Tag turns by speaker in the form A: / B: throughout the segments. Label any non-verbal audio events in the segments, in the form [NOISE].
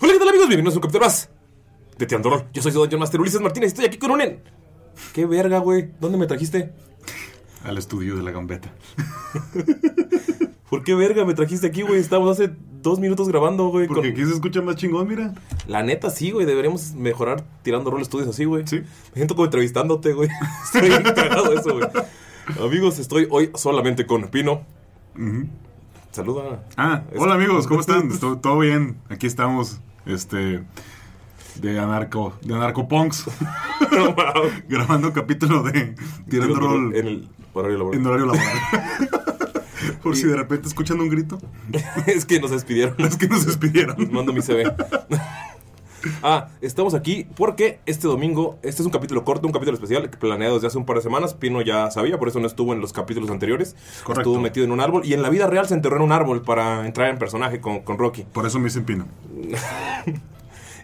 A: Hola, ¿qué tal amigos? Bienvenidos a un capítulo más de Teando Horror. Yo soy su Dungeon Master Ulises Martínez y estoy aquí con Unen. Qué verga, güey. ¿Dónde me trajiste?
B: Al estudio de la gambeta.
A: ¿Por qué verga me trajiste aquí, güey? Estamos hace dos minutos grabando, güey. con-
B: Porque aquí se escucha más chingón, mira.
A: La neta, sí, güey. Deberíamos mejorar tirando rol estudios así, güey. Sí. Me siento como entrevistándote, [LAUGHS] güey. Estoy bien cagado de eso, güey. Amigos, estoy hoy solamente con Pino. [LAUGHS] Saluda.
B: Ah,
A: Es-
B: hola amigos, ¿cómo están? Esto- Todo bien, aquí estamos. Este. De anarco. De anarcopunks. [LAUGHS] Grabando capítulo de Tirando Rol
A: En el horario laboral. [LAUGHS]
B: en horario laboral. Por si de repente escuchan un grito,
A: es que nos despidieron.
B: es que nos
A: Les
B: despidieron.
A: pues mando mi CV. [LAUGHS] ah, estamos aquí porque este domingo, este es un capítulo corto, un capítulo especial que planeado desde hace un par de semanas. Pino ya sabía, por eso no estuvo en los capítulos anteriores.
B: Correcto.
A: Estuvo metido en un árbol y en la vida real se enterró en un árbol para entrar en personaje con, con Rocky.
B: Por eso me dicen Pino.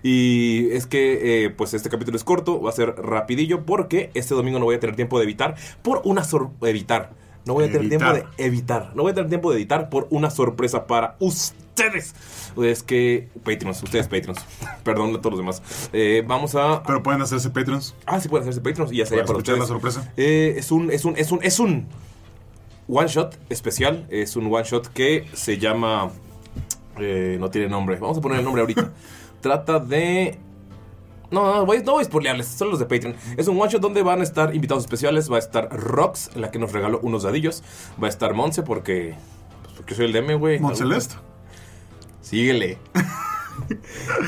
A: Y es que, eh, pues este capítulo es corto, va a ser rapidillo porque este domingo no voy a tener tiempo de evitar por una sor evitar. No voy a tener
B: Evitar.
A: tiempo de evitar. No voy a tener tiempo de editar por una sorpresa para ustedes. Es que Patreons, ustedes Patreons. [LAUGHS] Perdón a todos los demás. Eh, vamos a
B: Pero pueden hacerse Patreons.
A: Ah, sí pueden hacerse Patreons y ya sería para
B: Para escuchar
A: ustedes.
B: la sorpresa.
A: Eh, es un, es un, es un, es un one shot especial. Es un one shot que se llama. eh, no tiene nombre. Vamos a poner el nombre ahorita.
B: [LAUGHS]
A: Trata de. No, no, voy, no voy a spoilearles, son los de Patreon. Es un one shot donde van a estar invitados especiales. Va a estar Rox, la que nos regaló unos dadillos. Va a estar Monse porque. pues, porque soy el DM, güey.
B: Monceleste. [LAUGHS]
A: Síguele.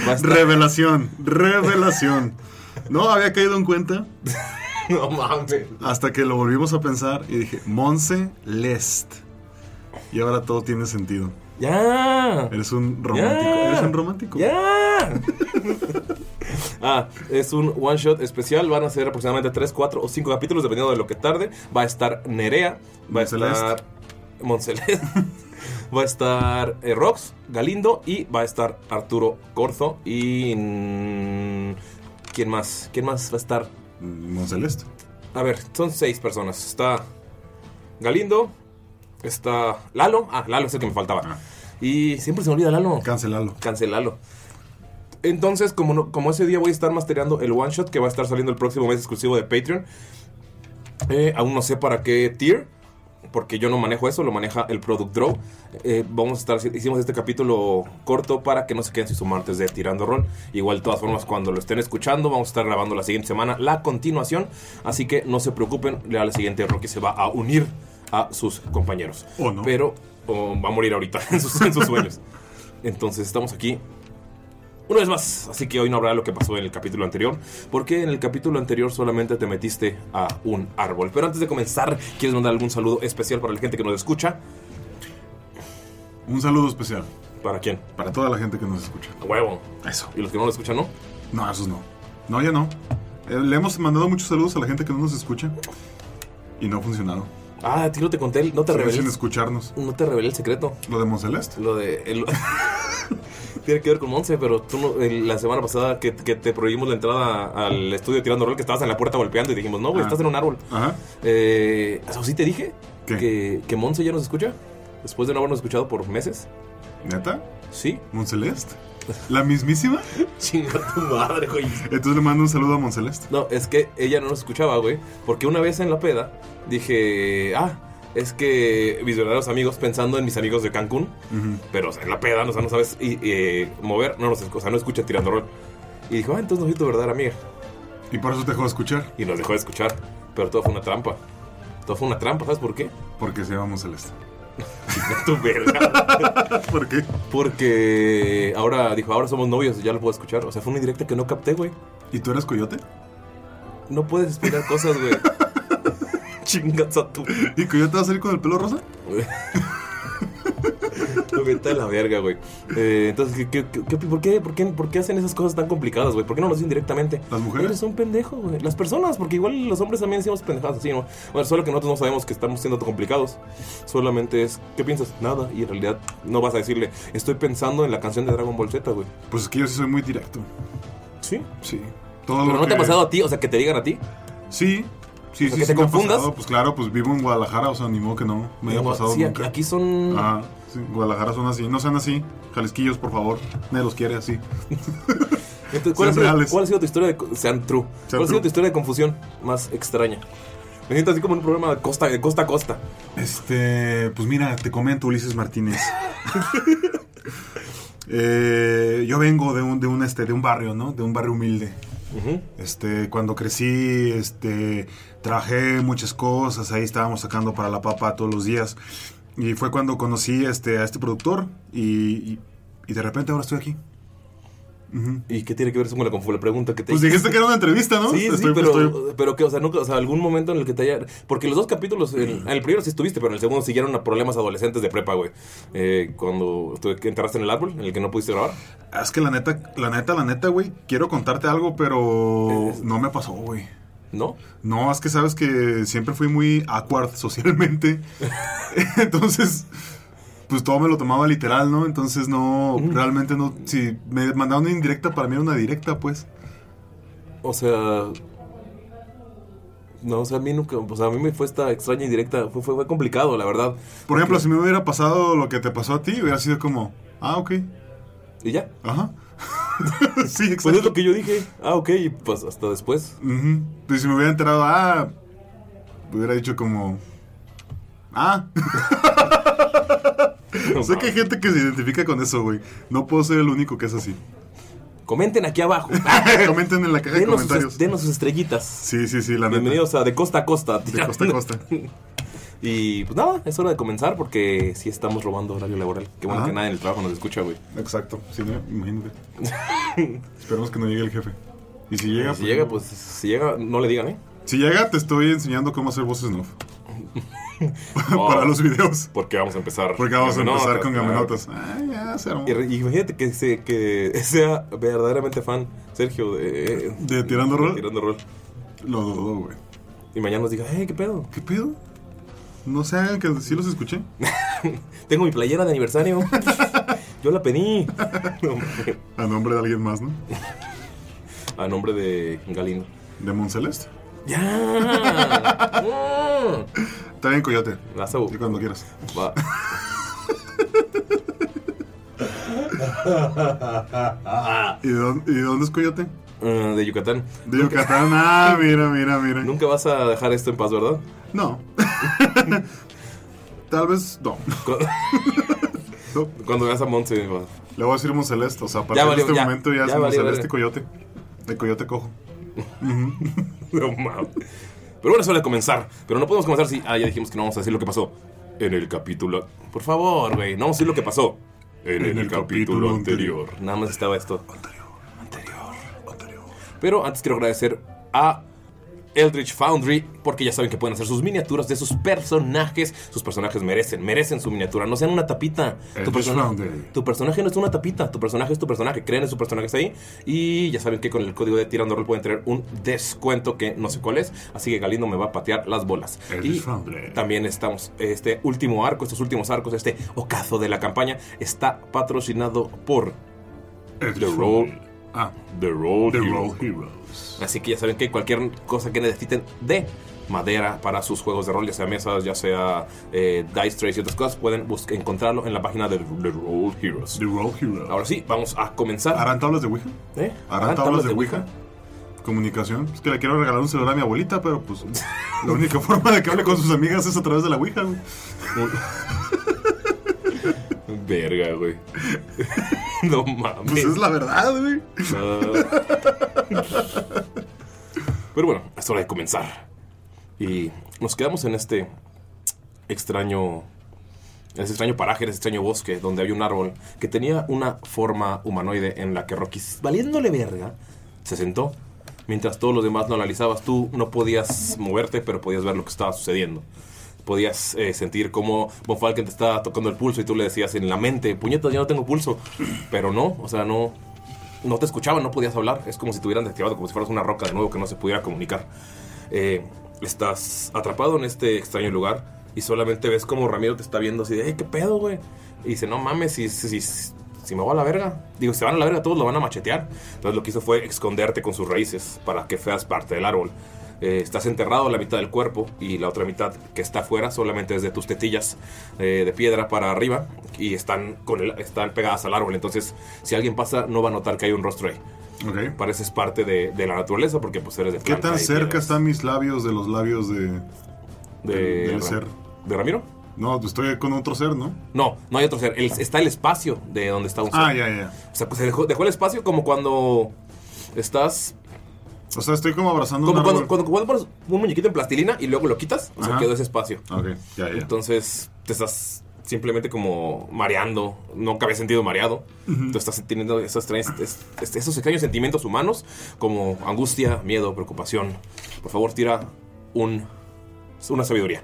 A: Va a estar-
B: Revelación, revelación. No había caído en cuenta
A: No mames.
B: Hasta que lo volvimos a pensar y dije, Monse Lest. Y ahora todo tiene sentido.
A: Ya.
B: Eres un romántico.
A: Ya.
B: Eres un romántico.
A: ¡Ya! [LAUGHS] ah, es un one shot especial. Van a ser aproximadamente 3, 4 o 5 capítulos, dependiendo de lo que tarde. Va a estar Nerea, va a
B: Monceleste.
A: estar Monceleste, [LAUGHS] va a estar eh, Rox, Galindo y va a estar Arturo Corzo. Y. mm, ¿Quién más? ¿Quién más va a estar?
B: Monse Lest.
A: A ver, son 6 personas. Está Galindo, está Lalo. Ah, Lalo es el que me faltaba. Y siempre se me olvida Lalo
B: Cancelalo.
A: cancelarlo. Entonces, como, no- como ese día voy a estar mastereando el one shot que va a estar saliendo el próximo mes exclusivo de Patreon, eh, aún no sé para qué tier, porque yo no manejo eso, lo maneja el Product Draw. Eh, vamos a estar, haci- hicimos este capítulo corto para que no se queden sin su martes de Tirando Rol. Igual, de todas formas, cuando lo estén escuchando, vamos a estar grabando la siguiente semana la continuación. Así que no se preocupen, ya la siguiente Rocky se va a unir a sus compañeros.
B: ¿O no?
A: Pero, o va a morir ahorita [LAUGHS] en sus, en sus sueños. Entonces estamos aquí una vez más, así que hoy no habrá lo que pasó en el capítulo anterior, porque en el capítulo anterior solamente te metiste a un árbol. Pero antes de comenzar, ¿quieres mandar algún saludo especial para la gente que nos escucha?
B: Un saludo especial.
A: ¿Para quién?
B: Para toda la gente que nos escucha.
A: A huevo.
B: Eso.
A: ¿Y los que no lo escuchan, no?
B: No, esos no. No, ya no. Eh, Le hemos mandado muchos saludos a la gente que no nos escucha. Y no ha funcionado.
A: Ah, a ti no te conté, el- no te
B: Sigue
A: revelé.
B: sin
A: el-
B: escucharnos.
A: No te revelé el secreto.
B: Lo de Monceleste.
A: Lo de. el- [LAUGHS] tiene que ver con Monse, pero tú no- el- la semana pasada que, que te prohibimos la entrada al estudio tirando rol, que estabas en la puerta golpeando y dijimos, no, güey,
B: Ah.
A: estás en un árbol.
B: Ajá.
A: Eh, ¿Eso sí te dije?
B: ¿Qué?
A: Que, que Monse ya nos escucha. Después de no habernos escuchado por meses.
B: ¿Neta?
A: Sí.
B: ¿Monceleste? ¿La mismísima?
A: [LAUGHS] Chinga tu madre, güey.
B: Entonces le mando un saludo a Monceleste.
A: No, es que ella no nos escuchaba, güey. Porque una vez en la peda dije, ah, es que mis verdaderos amigos, pensando en mis amigos de Cancún, pero o sea, en la peda, o sea, no sabes y, eh, mover, no los escu- o sea, no escucha tirando rol. Y dijo, ah, entonces no soy tu verdadera amiga.
B: Y por eso te dejó de escuchar.
A: Y nos dejó de escuchar. Pero todo fue una trampa. Todo fue una trampa, ¿sabes por qué?
B: Porque se llama Monceleste.
A: Chinga [LAUGHS] tu verga.
B: ¿Por qué?
A: Porque ahora dijo, ahora somos novios, ya lo puedo escuchar. O sea, fue una indirecta que no capté, güey.
B: ¿Y tú eres coyote?
A: No puedes explicar cosas,
B: [LAUGHS]
A: güey. Chingas a tu
B: ¿Y coyote va a salir con el pelo rosa?
A: Lo vete a la verga, güey. Eh, entonces, ¿qué, qué- qué- qué- por, qué, por, qué, por qué hacen esas cosas tan complicadas, güey? ¿Por qué no nos dicen directamente?
B: ¿Las mujeres?
A: Eres un pendejo, güey. Las personas, porque igual los hombres también decimos pendejadas así, ¿no? Bueno, solo que nosotros no sabemos que estamos siendo tan complicados. Solamente es, ¿qué piensas? Nada. Y en realidad no vas a decirle, estoy pensando en la canción de Dragon Ball Z, güey.
B: Pues es que yo sí soy muy directo.
A: Sí.
B: Sí. Todo
A: Pero
B: lo
A: no te ha
B: que-
A: pasado a ti, o sea, que te digan a ti.
B: Sí. Sí,
A: O sea,
B: sí,
A: que
B: sí
A: te
B: me ha
A: confundas.
B: pasado. Pues claro, pues vivo en Guadalajara, o sea, ni modo que no me haya
A: No,
B: pasado
A: sí, aquí,
B: nunca.
A: aquí son...
B: Ah, sí, Guadalajara son así. No sean así. Jalisquillos, por favor. Nadie los quiere así.
A: Entonces, ¿cuál, ha
B: Sean
A: sido,
B: reales.
A: cuál ha sido tu historia de co- sean true? ¿Cuál ha sido
B: true.
A: tu historia de confusión más extraña? Me siento así como en un programa de costa, de costa a costa.
B: Este, pues mira, te comento,
A: [LAUGHS]
B: Ulises Martínez. Eh, yo vengo de un, de un, este, de un barrio, ¿no? De un barrio humilde. Este, cuando crecí, este, trabajé muchas cosas, ahí estábamos sacando para la papa todos los días. Y fue cuando conocí este, a este productor y, y- y de repente ahora estoy aquí.
A: ¿Y qué tiene que ver eso con la, confu- la pregunta que te
B: Pues
A: hice?
B: dijiste que era una entrevista, ¿no?
A: Sí, sí,
B: Estoy-
A: pero,
B: estoy-
A: pero que, o sea, nunca, o sea, algún momento en el que te haya. Porque los dos capítulos, el- en el primero sí estuviste, pero en el segundo siguieron a problemas adolescentes de prepa, güey. Eh, cuando tú entraste en el árbol, en el que no pudiste grabar.
B: Es que la neta, la neta, la neta, güey, quiero contarte algo, pero no me pasó, güey.
A: ¿No?
B: No, es que sabes que siempre fui muy awkward
A: [LAUGHS]
B: [LAUGHS] socialmente. Entonces, pues todo me lo tomaba literal, ¿no? Entonces no,
A: Mm.
B: realmente no. Si me mandaban una indirecta, para mí era una directa, pues.
A: O sea. No, o sea, a mí nunca. O sea, a mí me fue esta extraña y directa. Fue, fue, fue complicado, la verdad.
B: Por ejemplo, si me hubiera pasado lo que te pasó a ti, hubiera sido como, ah, ok,
A: Y ya.
B: ajá. [LAUGHS] sí, exacto.
A: Pues es lo que yo dije. Ah, ok, y pues hasta
B: [LAUGHS]
A: después.
B: Ujú. Pues si me hubiera enterado, ah, hubiera dicho como, ah. sé que hay gente que se identifica con eso, güey. No puedo ser el único que
A: [LAUGHS]
B: es así.
A: [LAUGHS] Comenten aquí
B: [LAUGHS]
A: abajo.
B: Comenten en la caja de
A: denos,
B: comentarios.
A: sus, denos sus estrellitas.
B: Sí, sí, sí, la neta.
A: Bienvenidos a De Costa a Costa. [LAUGHS]
B: De costa a costa.
A: Y pues nada, es hora de comenzar porque sí estamos robando horario laboral. Qué bueno
B: Ajá.
A: que nadie en el trabajo nos escucha, güey.
B: Exacto. Sí, ¿no?
A: [LAUGHS]
B: imagínate. Esperemos que no llegue el jefe. Y si llega,
A: Si llega, pues si llega, no le digan, ¿eh?
B: Si llega, te estoy enseñando cómo hacer
A: [LAUGHS]
B: voces en off.
A: Oh.
B: [LAUGHS] Para los videos.
A: Porque vamos a empezar.
B: Porque vamos a empezar
A: gamenotas,
B: con
A: claro.
B: gamenotas. Ah, ya se armó.
A: Y re- y imagínate que, se- que [LAUGHS] sea verdaderamente fan Sergio de,
B: ¿De Tirando Rol?
A: Tirando Rol.
B: Lo dudo, güey.
A: Y mañana nos diga, "Eh, ¿qué pedo?
B: ¿Qué pedo? No se hagan que sí los escuché.
A: Tengo mi playera de aniversario. [LAUGHS] Yo la pedí. [LAUGHS] No, hombre.
B: A nombre de alguien más, ¿no?
A: A nombre de Galindo.
B: De Monceleste. [LAUGHS]
A: ¡Ya! Mm.
B: Está bien, Coyote.
A: Vas a bu-
B: Y cuando quieras.
A: Va.
B: ¿Y de dónde, y de dónde es Coyote?
A: Eh, de Yucatán.
B: De Yucatán.
A: [LAUGHS]
B: Ah, mira, mira, mira.
A: Nunca vas a dejar esto en paz, ¿verdad?
B: No. [LAUGHS] Tal vez no.
A: Cu- [LAUGHS]
B: No.
A: Cuando veas a Monse, va.
B: Le voy a decir Monceleste. O sea, a partir
A: valió,
B: de este
A: ya.
B: momento ya,
A: Ya
B: es
A: valió,
B: Monceleste
A: verga.
B: y Coyote. De Coyote Cojo.
A: [LAUGHS] no mames. Pero bueno, es hora de comenzar. Pero no podemos comenzar si. Ah, ya dijimos que no vamos a decir lo que pasó. En el capítulo. Por favor, güey. No vamos a decir lo que pasó. En, el, capítulo, anterior. Nada más estaba esto. Anterior, anterior, anterior. Pero antes quiero agradecer a Eldritch Foundry, porque ya saben que pueden hacer sus miniaturas de sus personajes. Sus personajes merecen, merecen su miniatura. No sean una tapita. Tu,
B: Eldritch
A: persona-
B: Foundry.
A: tu personaje no es una tapita. Tu personaje es tu personaje. Creen en sus personajes ahí. Y ya saben que con el código de Tirando Roll pueden tener un descuento que no sé cuál es. Así que Galindo me va a patear las bolas.
B: Eldritch
A: Y
B: Foundry.
A: también estamos, este último arco, estos últimos arcos, este ocazo de la campaña, está patrocinado por The
B: Eldritch
A: Roll.
B: Foundry. Ah,
A: The Roll
B: The
A: Hero.
B: Roll Heroes.
A: Así que ya saben que cualquier cosa que necesiten de madera para sus juegos de rol, ya sea mesas, ya sea eh, dice trays y otras cosas, pueden bus- encontrarlo en la página de The Roll Heroes.
B: The Roll Heroes.
A: Ahora sí, vamos a comenzar.
B: ¿Harán tablas de Ouija?
A: ¿Eh?
B: ¿Harán tablas de Ouija? Comunicación. Es que le quiero regalar un celular a mi abuelita, pero pues [LAUGHS] la única forma de que hable con sus amigas es a través de la Ouija, güey.
A: Verga, güey. [LAUGHS] no mames.
B: Pues es la verdad, güey.
A: Pero bueno, es hora de comenzar. Y nos quedamos en este extraño. En ese extraño paraje, en ese extraño bosque, donde había un árbol que tenía una forma humanoide en la que Rocky, valiéndole verga, se sentó. Mientras todos los demás lo analizabas, tú no podías moverte, pero podías ver lo que estaba sucediendo. Podías eh, sentir cómo Von Falken te estaba tocando el pulso y tú le decías en la mente, puñetas, yo no tengo pulso. Pero no, o sea, no, no te escuchaban, no podías hablar. Es como si te hubieran desactivado, como si fueras una roca de nuevo que no se pudiera comunicar. Eh, estás atrapado en este extraño lugar y solamente ves como Ramiro te está viendo así de, "Ey, ¿qué pedo, güey? Y dice, no mames, si, si, si, si me voy a la verga. Digo, se van a la verga, todos lo van a machetear. Entonces lo que hizo fue esconderte con sus raíces para que seas parte del árbol. Eh, estás enterrado la mitad del cuerpo y la otra mitad que está afuera solamente es de tus tetillas eh, de piedra para arriba y están, con el- están pegadas al árbol. Entonces, si alguien pasa, no va a notar que hay un rostro ahí.
B: Ok.
A: Pareces parte de, de la naturaleza porque pues eres de
B: ¿Qué
A: planta
B: tan
A: y
B: cerca
A: piedras.
B: están mis labios de los labios de.
A: de,
B: del- del
A: Ra-
B: ser?
A: ¿De Ramiro?
B: No, pues estoy con otro ser, ¿no?
A: No, no hay otro ser. El- está el espacio de donde está un ser.
B: Ah, ya, ya.
A: O sea, pues se dejó, dejó el espacio como cuando estás.
B: O sea, estoy como abrazando
A: Como
B: un
A: cuando,
B: árbol.
A: cuando, cuando pones un muñequito en plastilina y luego lo quitas, o sea,
B: Ajá. Ah.
A: quedó ese espacio.
B: Ok, ya, ya.
A: Entonces te estás simplemente como mareando, nunca había sentido mareado. Tú estás teniendo esos, extraños, es- es- esos extraños sentimientos humanos como angustia, miedo, preocupación. Por favor, tira un, una sabiduría.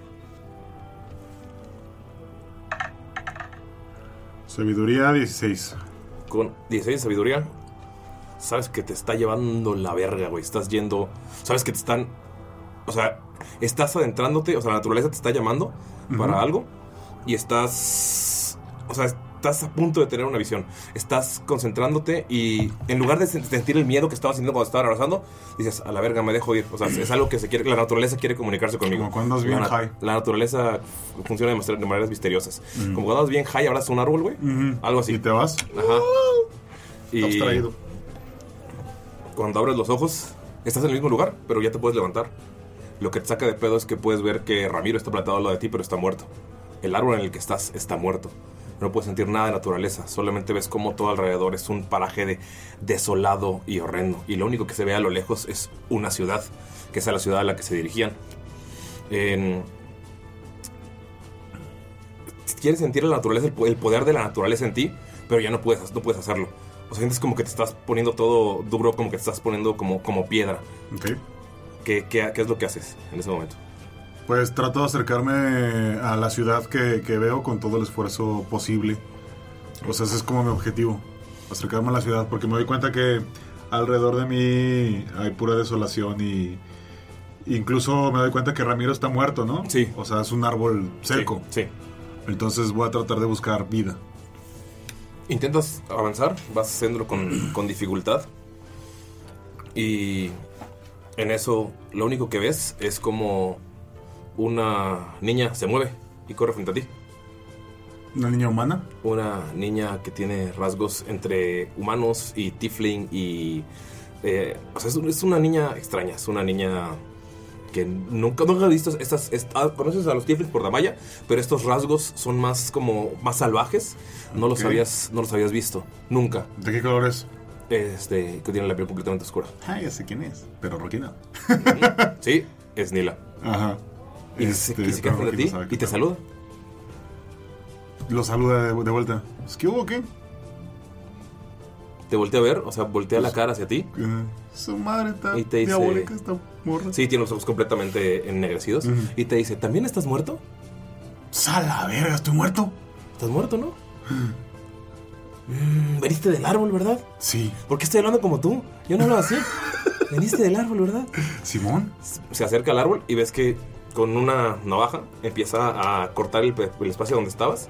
B: Sabiduría 16.
A: Con 16 de sabiduría, sabes que te está llevando la verga, güey. Estás yendo, sabes que te están, o sea, estás adentrándote, o sea, la naturaleza te está llamando para algo y estás, o sea, estás a punto de tener una visión. Estás concentrándote y en lugar de sen- sentir el miedo que estaba sintiendo cuando estaba abrazando, dices, a la verga, me dejo ir. O sea, es algo que se quiere, la naturaleza quiere comunicarse conmigo.
B: Como cuando andas bien
A: la,
B: high.
A: La naturaleza funciona de mas- de maneras misteriosas. Como cuando andas bien high, abrazas un árbol, güey. Algo así.
B: ¿Y te vas?
A: Ajá. Y
B: Abstraído.
A: cuando abres los ojos, estás en el mismo lugar, pero ya te puedes levantar. Lo que te saca de pedo es que puedes ver que Ramiro está plantado al lado de ti, pero está muerto. El árbol en el que estás está muerto. No puedes sentir nada de naturaleza, solamente ves cómo todo alrededor es un paraje de desolado y horrendo. Y lo único que se ve a lo lejos es una ciudad, que es a la ciudad a la que se dirigían. En- quieres sentir la naturaleza, el po- el poder de la naturaleza en ti, pero ya no puedes, no puedes hacerlo. O sea, sientes como que te estás poniendo todo duro, como que te estás poniendo como, como piedra.
B: Ok.
A: ¿Qué, qué, qué es lo que haces en ese momento?
B: Pues trato de acercarme a la ciudad que, que veo con todo el esfuerzo posible. O sea, ese es como mi objetivo. Acercarme a la ciudad porque me doy cuenta que alrededor de mí hay pura desolación y... Incluso me doy cuenta que Ramiro está muerto, ¿no?
A: Sí.
B: O sea, es un árbol seco.
A: Sí, sí.
B: Entonces voy a tratar de buscar vida.
A: Intentas avanzar, vas haciéndolo con, con dificultad. Y en eso lo único que ves es como una niña se mueve y corre frente a ti.
B: ¿Una niña humana?
A: Una niña que tiene rasgos entre humanos y tiefling y... eh, o sea, es, un- es una niña extraña, es una niña que nunca, nunca he visto estas... est- ah, conoces a los tieflings por Damaya, pero estos rasgos son más como más salvajes. No, los,
B: Ok.
A: habías, no los habías visto, nunca.
B: ¿De qué color es?
A: Este, que tiene la piel completamente oscura.
B: Ah, ya sé quién es. Pero Rocky no.
A: Sí, es Nila.
B: Ajá. Este,
A: Y se, y se queda frente a ti y te saluda.
B: lo saluda de, de vuelta. ¿Es que hubo qué?
A: Te voltea a ver, o sea, voltea la cara hacia ti.
B: Eh, Su madre está
A: Y te dice-
B: diabólica esta morra.
A: Sí, tiene los ojos completamente ennegrecidos. Y te dice, ¿también estás muerto?
B: Sal a la verga, estoy muerto.
A: ¿Estás muerto, no? Mm, veniste del árbol, ¿verdad?
B: Sí,
A: ¿Por qué estoy hablando como tú? Yo no hablo así. veniste del árbol, ¿verdad?
B: Simón.
A: Se acerca al árbol y ves que con una navaja empieza a cortar el, pe- el espacio donde estabas.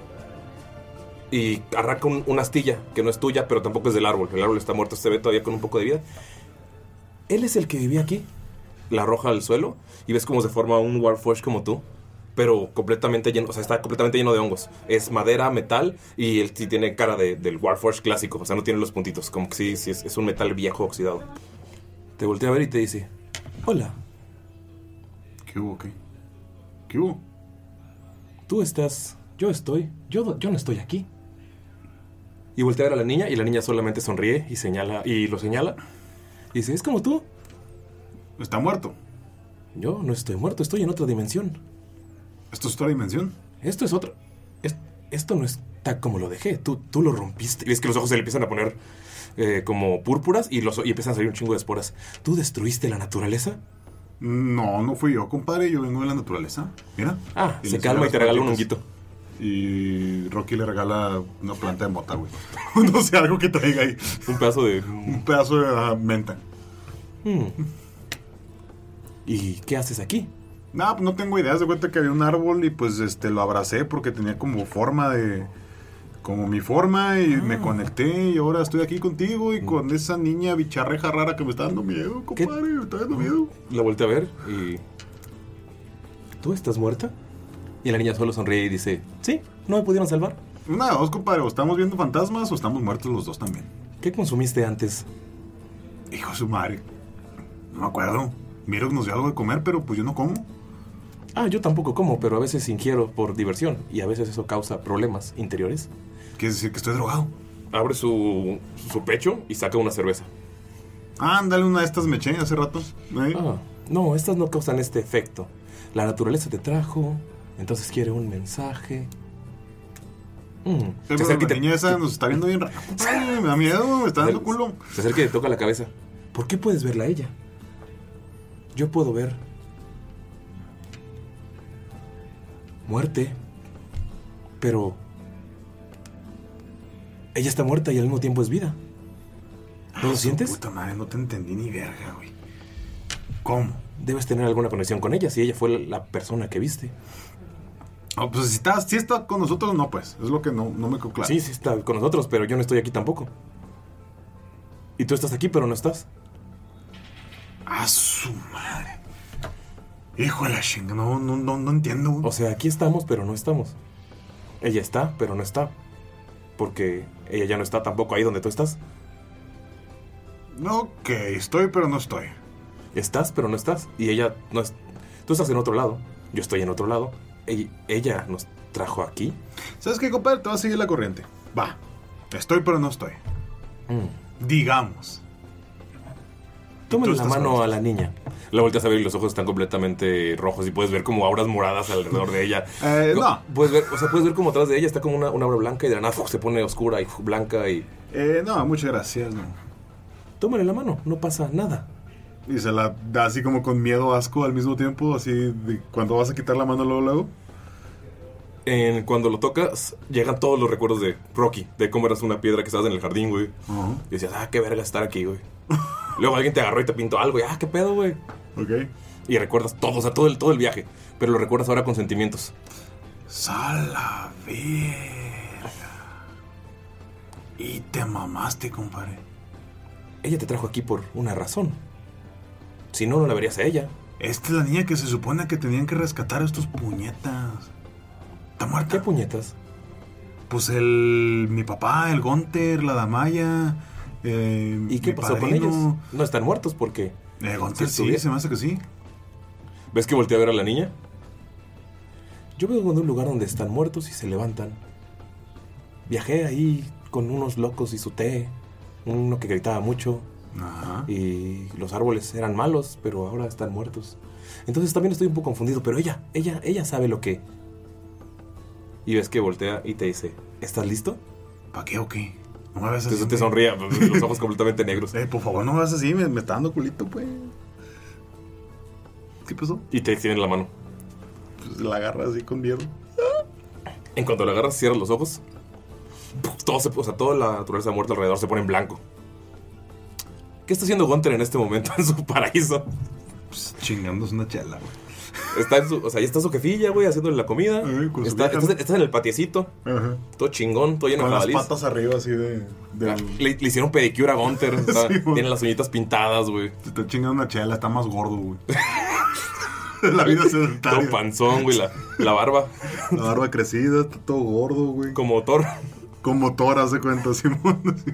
A: Y arranca un- una astilla que no es tuya, pero tampoco es del árbol. El árbol está muerto, se ve todavía con un poco de vida. Él es el que vivía aquí. La arroja al suelo y ves cómo se forma un Warforge como tú, pero completamente lleno, o sea, está completamente lleno de hongos. Es madera, metal y él sí tiene cara de- del Warforge clásico, o sea, no tiene los puntitos, como que sí, sí es, es un metal viejo oxidado. Te voltea a ver y te dice: Hola,
B: ¿Qué hubo qué? ¿Qué hubo?
A: tú estás, yo estoy, yo, yo no estoy aquí. Y voltea a ver a la niña y la niña solamente sonríe y señala y lo señala. Y dice, es como tú.
B: Está muerto.
A: Yo no estoy muerto, estoy en otra dimensión.
B: Esto es otra dimensión.
A: Esto es otro. es- esto no está como lo dejé. Tú, tú lo rompiste. Y ves que los ojos se le empiezan a poner eh, como púrpuras y, los, y empiezan a salir un chingo de esporas. ¿Tú destruiste la naturaleza?
B: No, no fui yo, compadre. Yo vengo de la naturaleza. Mira.
A: Ah, se
B: le
A: calma
B: enseña
A: y te
B: las
A: regala un
B: patitas.
A: honguito.
B: Y Rocky le regala una planta de mota, güey. [LAUGHS] no sé, algo que traiga ahí.
A: Un pedazo de.
B: Un pedazo de ah, menta.
A: [LAUGHS] ¿Y qué haces aquí?
B: No, pues no tengo ideas. De cuenta que había un árbol y pues este lo abracé porque tenía como forma de. Como mi forma y me conecté y ahora estoy aquí contigo y con esa niña bicharreja rara que me está dando miedo,
A: Mm. ¿Qué?
B: compadre. Me está dando miedo.
A: La volteé a ver y. ¿Tú estás muerta? Y la niña solo sonríe y dice: Sí, no me pudieron salvar.
B: Una de dos, compadre. O estamos viendo fantasmas o estamos muertos los dos también.
A: ¿Qué consumiste antes?
B: Hijo de su madre. No me acuerdo. Miro que nos dio algo de comer, pero pues yo no como.
A: Ah, yo tampoco como, pero a veces ingiero por diversión y a veces eso causa problemas interiores.
B: Quiere decir que estoy drogado.
A: Abre su, su pecho y saca una cerveza.
B: Ándale, una de estas me eché hace rato. ¿eh?
A: Ah, no, estas no causan este efecto. La naturaleza te trajo, entonces quiere un mensaje. Mm,
B: Sí,
A: se acerca
B: pero
A: y
B: la
A: te- Pues,
B: niña esa nos está viendo
A: [LAUGHS]
B: bien raro. Ay, Me da miedo, me está dando culo.
A: Se acerca y te toca la cabeza. ¿Por qué puedes verla a ella? Yo puedo ver. Muerte. Pero. Ella está muerta y al mismo tiempo es vida. ¿No lo
B: Su
A: sientes?
B: Puta madre, no te entendí ni verga, güey. ¿Cómo?
A: Debes tener alguna conexión con ella si ella fue la- la persona que viste.
B: Ah, pues si está, si está con nosotros, no, pues. Es lo que no, no me quedó claro.
A: Sí, sí está con nosotros, pero yo no estoy aquí tampoco. Y tú estás aquí, pero no estás.
B: A su madre. Hijo de la chinga, no, no, no, no entiendo. güey.
A: O sea, aquí estamos, pero no estamos. Ella está, pero no está. Porque ella ya no está tampoco ahí donde tú estás.
B: ok, estoy, pero no estoy.
A: Estás, pero no estás. Y ella no es... Tú estás en otro lado. Yo estoy en otro lado. Ell- Ella nos trajo aquí.
B: ¿Sabes qué, compadre? Te va a seguir la corriente. Va. Estoy, pero no estoy. Digamos.
A: Mm. Tómale la
B: estás
A: mano
B: con
A: a la niña. La volteas a ver y los ojos están completamente rojos y puedes ver como auras moradas alrededor de ella.
B: [LAUGHS] Eh,
A: Co-
B: no.
A: Puedes ver, o sea, puedes ver como atrás de ella está como una, una aura blanca y de la nada ¡fuf! se pone oscura y ¡fuf! blanca y...
B: Eh, no, muchas gracias, no.
A: Tómale la mano, no pasa nada.
B: Y se la da así como con miedo, asco al mismo tiempo, así de cuando vas a quitar la mano luego, luego.
A: En- cuando lo tocas, llegan todos los recuerdos de Rocky, de cómo eras una piedra que estabas en el jardín, güey. Y decías, ah, qué verga estar aquí, güey. [LAUGHS] Luego alguien te agarró y te pintó algo, y ah, qué pedo, güey.
B: Ok.
A: Y recuerdas todo, o sea, todo el, todo el viaje. Pero lo recuerdas ahora con sentimientos.
B: Sala verga. Y te mamaste, compadre.
A: Ella te trajo aquí por una razón. Si no, no la verías a ella.
B: Esta es la niña que se supone que tenían que rescatar a estos puñetas. ¿Está
A: ¿Qué
B: muerta?
A: puñetas?
B: Pues el. mi papá, el Gonter, la Damaya. eh,
A: ¿Y qué
B: mi
A: pasó con
B: padrino.
A: ellos? No están muertos porque...
B: Eh, Gonter,
A: Si
B: sí,
A: estuviera-
B: se me hace que sí.
A: ¿Ves que volteé a ver a la niña? Yo vengo de un lugar donde están muertos y se levantan. Viajé ahí con unos locos y su té, uno que gritaba mucho
B: Ajá.
A: y los árboles eran malos, pero ahora están muertos. Entonces también estoy un poco confundido, pero ella, ella, ella sabe lo que... Y ves que voltea y te dice, ¿estás listo?
B: ¿Para qué o qué? No me ves
A: Te,
B: así.
A: te
B: hombre.
A: sonríe, los ojos completamente negros.
B: Eh, por favor, no me ves así, me, me está dando culito, pues. ¿Qué pasó?
A: Y te extiende la mano.
B: Pues la agarra así con mierda.
A: En cuanto la agarras, cierras los ojos. Todo se- o sea, toda la naturaleza muerta alrededor se pone en blanco. ¿Qué está haciendo Gunter en este momento en su paraíso?
B: Pues chingándose una chela, güey.
A: Está en su, o sea, ahí está su jefilla, güey, haciéndole la comida.
B: Ay, con su
A: Está-
B: vieja.
A: estás, en- estás en el patiecito,
B: Ajá.
A: todo chingón, todo lleno
B: Con
A: de
B: las
A: jabalís.
B: patas arriba así de. de-
A: Le, le hicieron pedicura a
B: [LAUGHS]
A: Gunter. o sea,
B: Sí, güey.
A: tiene las uñitas pintadas, güey.
B: Se está chingando una chela, está más gordo, güey.
A: [LAUGHS]
B: la vida
A: Todo
B: sedentaria.
A: panzón, güey, la, la barba.
B: La barba crecida, está todo gordo, güey. Con,
A: Como Thor.
B: motor, hace cuenta, [LAUGHS] Simón. así.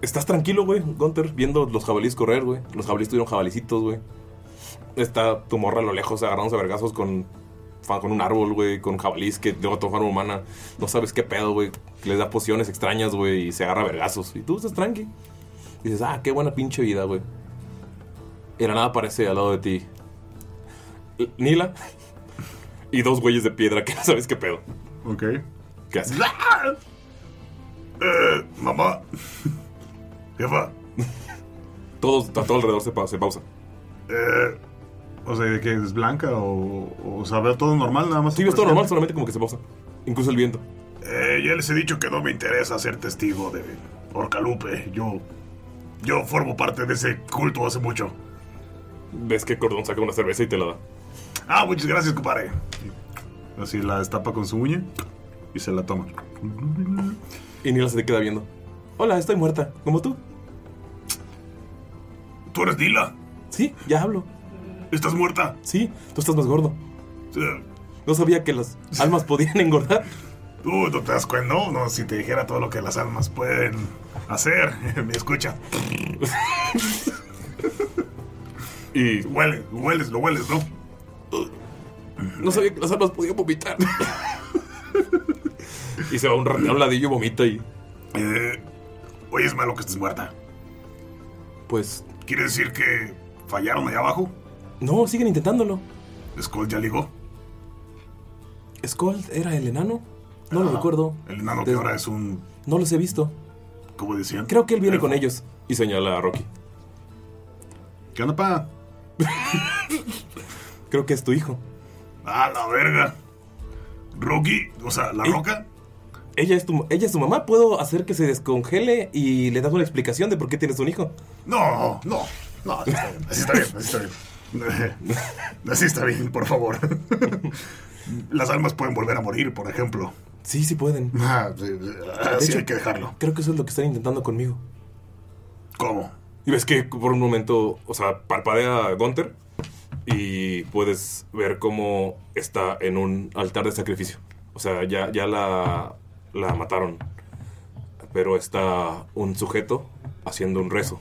A: Estás tranquilo, güey, Gunter, viendo los jabalíes correr, güey. Los jabalíes tuvieron jabalicitos, güey. Está tu morra a lo lejos agarrándose a vergazos con, fa- con un árbol, güey, con jabalís que de otra forma humana. No sabes qué pedo, güey. Les da pociones extrañas, güey, y se agarra a vergazos. Y tú estás tranqui. Dices, ah, qué buena pinche vida, güey. Y de la nada aparece al lado de ti L- Nila [LAUGHS] y dos güeyes de piedra que no sabes qué pedo.
B: Ok.
A: ¿Qué haces?
B: Eh, mamá. Jefa.
A: Todos, a todo alrededor se, pa- se pausa.
B: Eh, o sea, ¿de qué? ¿Es blanca o, o sea, veo todo normal nada más?
A: Sí, ves todo normal, solamente como que se pausa. Incluso el viento.
B: Eh, ya les he dicho que no me interesa ser testigo de Orcalupe. Yo. Yo formo parte de ese culto hace mucho.
A: Ves que Cordón saca una cerveza y te la da.
B: Ah, muchas gracias, compadre. Así la destapa con su uña y se la toma.
A: Y Nila se te queda viendo. Hola, estoy muerta. ¿Como tú?
B: ¿Tú eres Dila?
A: Sí, ya hablo.
B: ¿Estás muerta?
A: Sí, tú estás más gordo.
B: Eh,
A: No sabía que las almas podían engordar.
B: Tú no te das cuenta, no, no, si te dijera todo lo que las almas pueden hacer, [LAUGHS] me escucha.
A: Y
B: Huele, hueles, lo hueles, ¿no?
A: no sabía que las almas podían vomitar. y se va un, ra- a un ladillo y vomita y...
B: Eh, oye, es malo que estés muerta.
A: Pues...
B: ¿Quiere decir que fallaron allá abajo?
A: No, siguen intentándolo.
B: Skull ya ligó.
A: ¿Skull era el enano? No lo recuerdo.
B: El enano que
A: Des-
B: ahora es un.
A: No los he visto.
B: ¿Cómo decían?
A: Creo que él viene con ellos. Y señala a Rocky.
B: ¿Qué onda, pa?
A: Creo que es tu hijo.
B: Ah, la verga. Rocky, o sea,
A: Eh,
B: la roca.
A: Ella es, tu, ella es tu mamá. Puedo hacer que se descongele y le das una explicación de por qué tienes un hijo.
B: No, no, no, así está bien, así está bien. [LAUGHS] Así está bien, por favor. [LAUGHS] Las almas pueden volver a morir, por ejemplo.
A: Sí, sí pueden.
B: Ah, sí, Así
A: hecho-
B: hay que dejarlo.
A: Creo que eso es lo que están intentando conmigo.
B: ¿Cómo?
A: Y ves que por un momento, o sea, parpadea Gunter y puedes ver cómo está en un altar de sacrificio. O sea, ya, ya la, la mataron. Pero está un sujeto haciendo un rezo.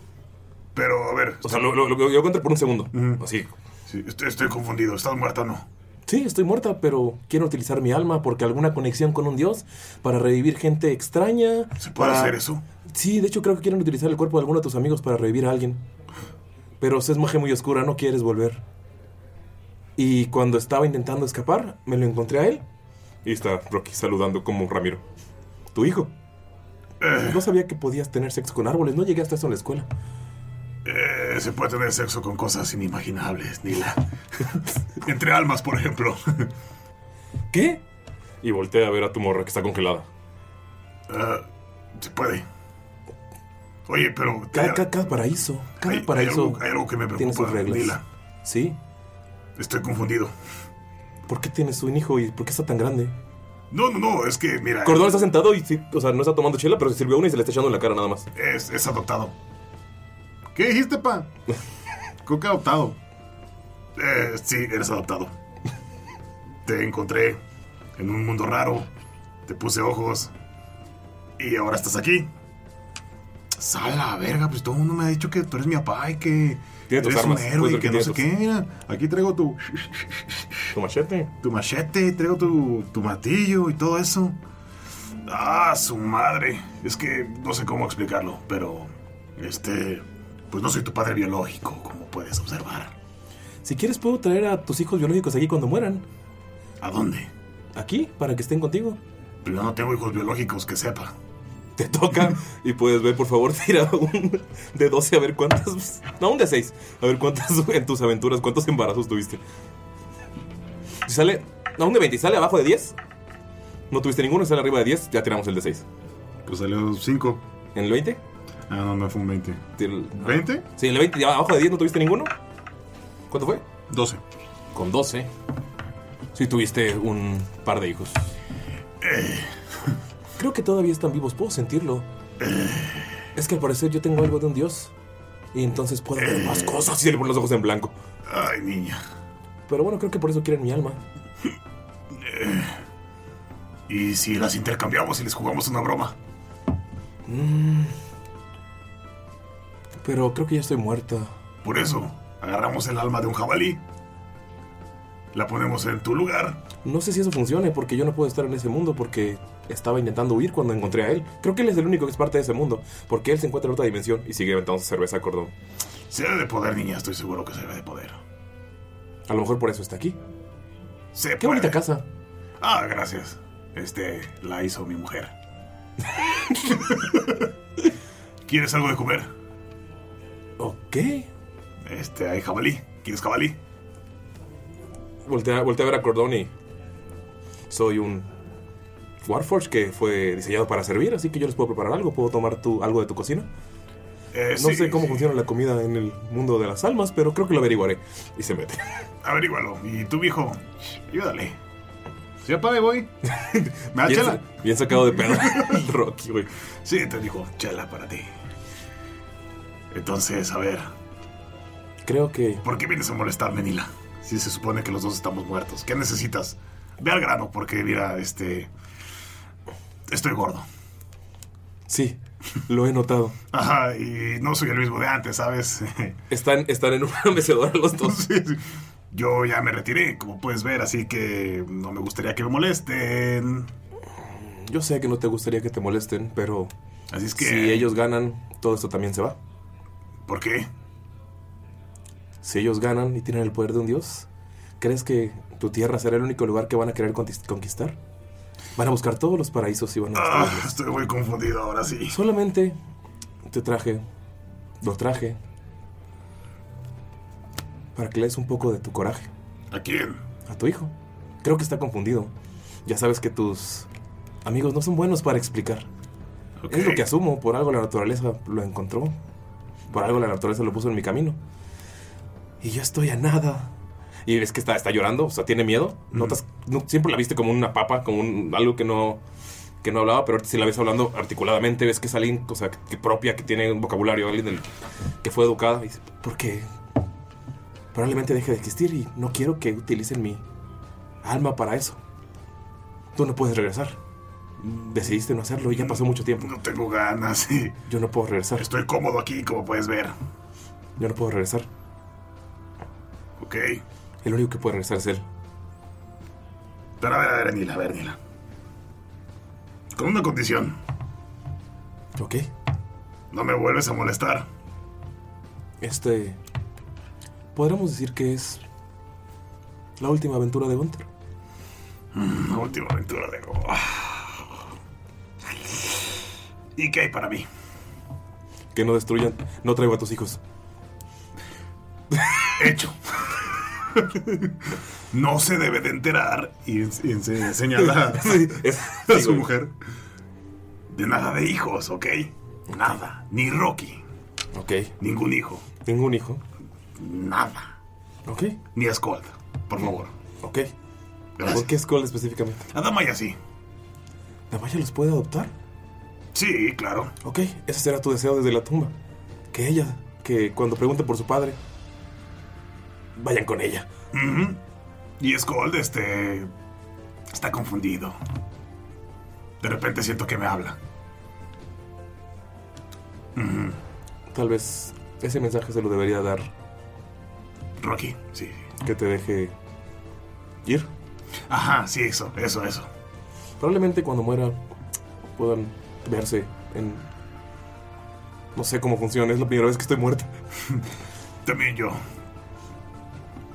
B: Pero, a ver,
A: O sea, lo, lo, lo vio Gunter por un segundo. Así.
B: sí, estoy, estoy confundido. ¿Estás muerta o no?
A: Sí, estoy muerta, pero quiero utilizar mi alma porque alguna conexión con un dios para revivir gente extraña.
B: ¿Se puede
A: para-
B: hacer eso?
A: Sí, de hecho creo que quieren utilizar el cuerpo de alguno de tus amigos para revivir a alguien. Pero es magia muy oscura, no quieres volver. Y cuando estaba intentando escapar, me lo encontré a él. Y está Rocky saludando como Ramiro. Tu hijo. No sabía que podías tener sexo con árboles, no llegué hasta eso en la escuela.
B: Eh, se puede tener sexo con cosas inimaginables, Nila. [LAUGHS] Entre almas, por ejemplo. [LAUGHS]
A: ¿Qué? Y voltea a ver a tu morra que está congelada.
B: Ah, se puede. Oye, pero.
A: Cada, cada- cada paraíso, cada
B: Hay- hay
A: paraíso
B: algo- hay algo que me
A: tiene sus
B: preocupa,
A: reglas.
B: Lila.
A: Sí.
B: Estoy confundido.
A: ¿Por qué tienes un hijo y por qué está tan grande?
B: No, no, no, es que, mira.
A: Cordón está sentado y, sí, o sea, no está tomando chela, pero se sirvió una y se le está echando en la cara nada más.
B: Es, es adoptado. ¿Qué
A: [LAUGHS]
B: dijiste, pa? ¿Con qué adoptado? Eh, sí, eres adoptado. Te encontré en un mundo raro. Te puse ojos. Y ahora estás aquí. Sal a la verga, pues todo el mundo me ha dicho que tú eres mi papá y que
A: Tiene tus
B: eres
A: armas,
B: un
A: puedes
B: héroe y
A: ver que
B: que no
A: tiene
B: sé
A: tus-
B: qué. Mira, aquí traigo tu,
A: Tu machete.
B: tu machete, traigo tu, tu martillo y todo eso. Ah, su madre. Es que no sé cómo explicarlo, pero. Este. Pues no soy tu padre biológico, como puedes observar.
A: Si quieres puedo traer a tus hijos biológicos aquí cuando mueran.
B: ¿A dónde?
A: aquí para que estén contigo.
B: Pero yo no tengo hijos biológicos que sepa.
A: Te toca y puedes ver, por favor, [LAUGHS] tira un de 12 a ver cuántas. No, un de 6. A ver cuántas [LAUGHS] en tus aventuras, cuántos embarazos tuviste. Si sale. No, un de 20. Sale abajo de 10. No tuviste ninguno, sale arriba de 10. Ya tiramos el de 6.
B: Pues salió 5.
A: ¿En el 20?
B: Ah, no, no fue un 20.
A: ¿20? Sí, en el 20. Ya abajo de 10 no tuviste ninguno. ¿Cuánto fue?
B: 12.
A: Con 12. Sí, tuviste un par de hijos. Creo que todavía están vivos, puedo sentirlo. Es que al parecer yo tengo algo de un dios. Y entonces puedo ver más cosas. Y él pone los ojos en blanco.
B: Ay, niña.
A: Pero bueno, creo que por eso quieren mi alma.
B: ¿Y si las intercambiamos y les jugamos una broma?
A: Pero creo que ya estoy muerta.
B: Por eso, agarramos el alma de un jabalí. La ponemos en tu lugar.
A: No sé si eso funcione porque yo no puedo estar en ese mundo porque estaba intentando huir cuando encontré a él. Creo que él es el único que es parte de ese mundo porque él se encuentra en otra dimensión y sigue aventando cerveza a cordón.
B: Se debe de poder, niña. Estoy seguro que se debe de poder.
A: A lo mejor por eso está aquí.
B: Se
A: Qué bonita casa.
B: Ah, gracias. Este, la hizo mi mujer.
A: [LAUGHS]
B: ¿Quieres algo de comer?
A: Ok.
B: Este, hay jabalí. ¿Quieres jabalí?
A: Voltea, voltea a ver a Cordón y soy un Warforge que fue diseñado para servir, así que yo les puedo preparar algo, puedo tomar tu, algo de tu cocina.
B: Eh,
A: no
B: sí,
A: sé cómo
B: sí.
A: funciona la comida en el mundo de las almas, pero creo que lo averiguaré. Y se mete.
B: Averígualo. Y tú, viejo, ayúdale. Sí, para ahí voy. [LAUGHS] ¿Me da
A: Bien,
B: Ah, chela?
A: bien sacado de pedo. [LAUGHS] El Rocky, güey.
B: Sí, te dijo, chela para ti. Entonces, a ver,
A: Creo que
B: ¿por qué vienes a molestarme, Nila? Si se supone que los dos estamos muertos. ¿Qué necesitas? Ve al grano, porque mira, este... Estoy gordo.
A: sí, lo he notado.
B: Ajá, y no soy el mismo de antes, ¿sabes? [LAUGHS]
A: Están, están [LAUGHS] en una mecedora los dos.
B: Sí, sí. Yo ya me retiré, como puedes ver, así que no me gustaría que me molesten.
A: Yo sé que no te gustaría que te molesten, pero
B: Así es que...
A: si ellos ganan, todo esto también se va.
B: ¿Por qué?
A: Si ellos ganan y tienen el poder de un dios, ¿crees que tu tierra será el único lugar que van a querer contis- conquistar? Van a buscar todos los paraísos y van a
B: Ah,
A: destruirlos.
B: estoy muy confundido ahora sí.
A: Solamente te traje, lo traje, para que le des un poco de tu coraje
B: ¿A quién?
A: a tu hijo. Creo que está confundido. Ya sabes que tus amigos no son buenos para explicar.
B: Ok.
A: Es lo que asumo, por algo la naturaleza lo encontró. Por algo la naturaleza lo puso en mi camino. Y yo estoy a nada. Y ves que está, está llorando, o sea, tiene miedo. Notas, no- siempre la viste como una papa, como un- algo que no, que no hablaba, pero ahorita si la ves hablando articuladamente, ves que es alguien, o sea, que propia, que tiene un vocabulario, alguien del- que fue educada. Y dice, porque probablemente deje de existir y no quiero que utilicen mi alma para eso. Tú no puedes regresar. Decidiste no hacerlo y ya pasó mucho tiempo.
B: No tengo ganas, sí.
A: Yo no puedo regresar.
B: Estoy cómodo aquí, como puedes ver.
A: Yo no puedo regresar.
B: Ok.
A: El único que puede regresar es él.
B: Pero a ver, a ver, Nila, a ver, Nila. Con una condición.
A: ¿Ok?
B: No me vuelves a molestar.
A: Este. Podríamos decir que es. La última aventura de Gunther.
B: La última aventura de Go. ¿Y qué hay para mí?
A: Que no destruyan. No traigo a tus hijos. [LAUGHS]
B: Hecho. [LAUGHS] No se debe de enterar y, señala
A: Es- [LAUGHS]
B: a
A: sí,
B: su
A: güey.
B: mujer. De nada de hijos, ¿ok? Nada. Ni Rocky.
A: Ok.
B: Ningún hijo.
A: Tengo un hijo.
B: Nada.
A: Ok.
B: Ni a Scold, por favor.
A: Ok.
B: Gracias.
A: ¿Por qué Skull específicamente?
B: Adama ya sí.
A: ¿Damaya los puede adoptar?
B: Sí, claro.
A: Ok. Ese será tu deseo desde la tumba. Que ella. Que cuando pregunte por su padre. Vayan con ella.
B: Y Scold, este. está confundido. De repente siento que me habla.
A: Tal vez ese mensaje se lo debería dar.
B: Rocky, sí.
A: Que te deje. ir.
B: Ajá, sí, eso, eso, eso.
A: Probablemente cuando muera puedan verse en... No sé cómo funciona, es la primera vez que estoy muerta.
B: También yo.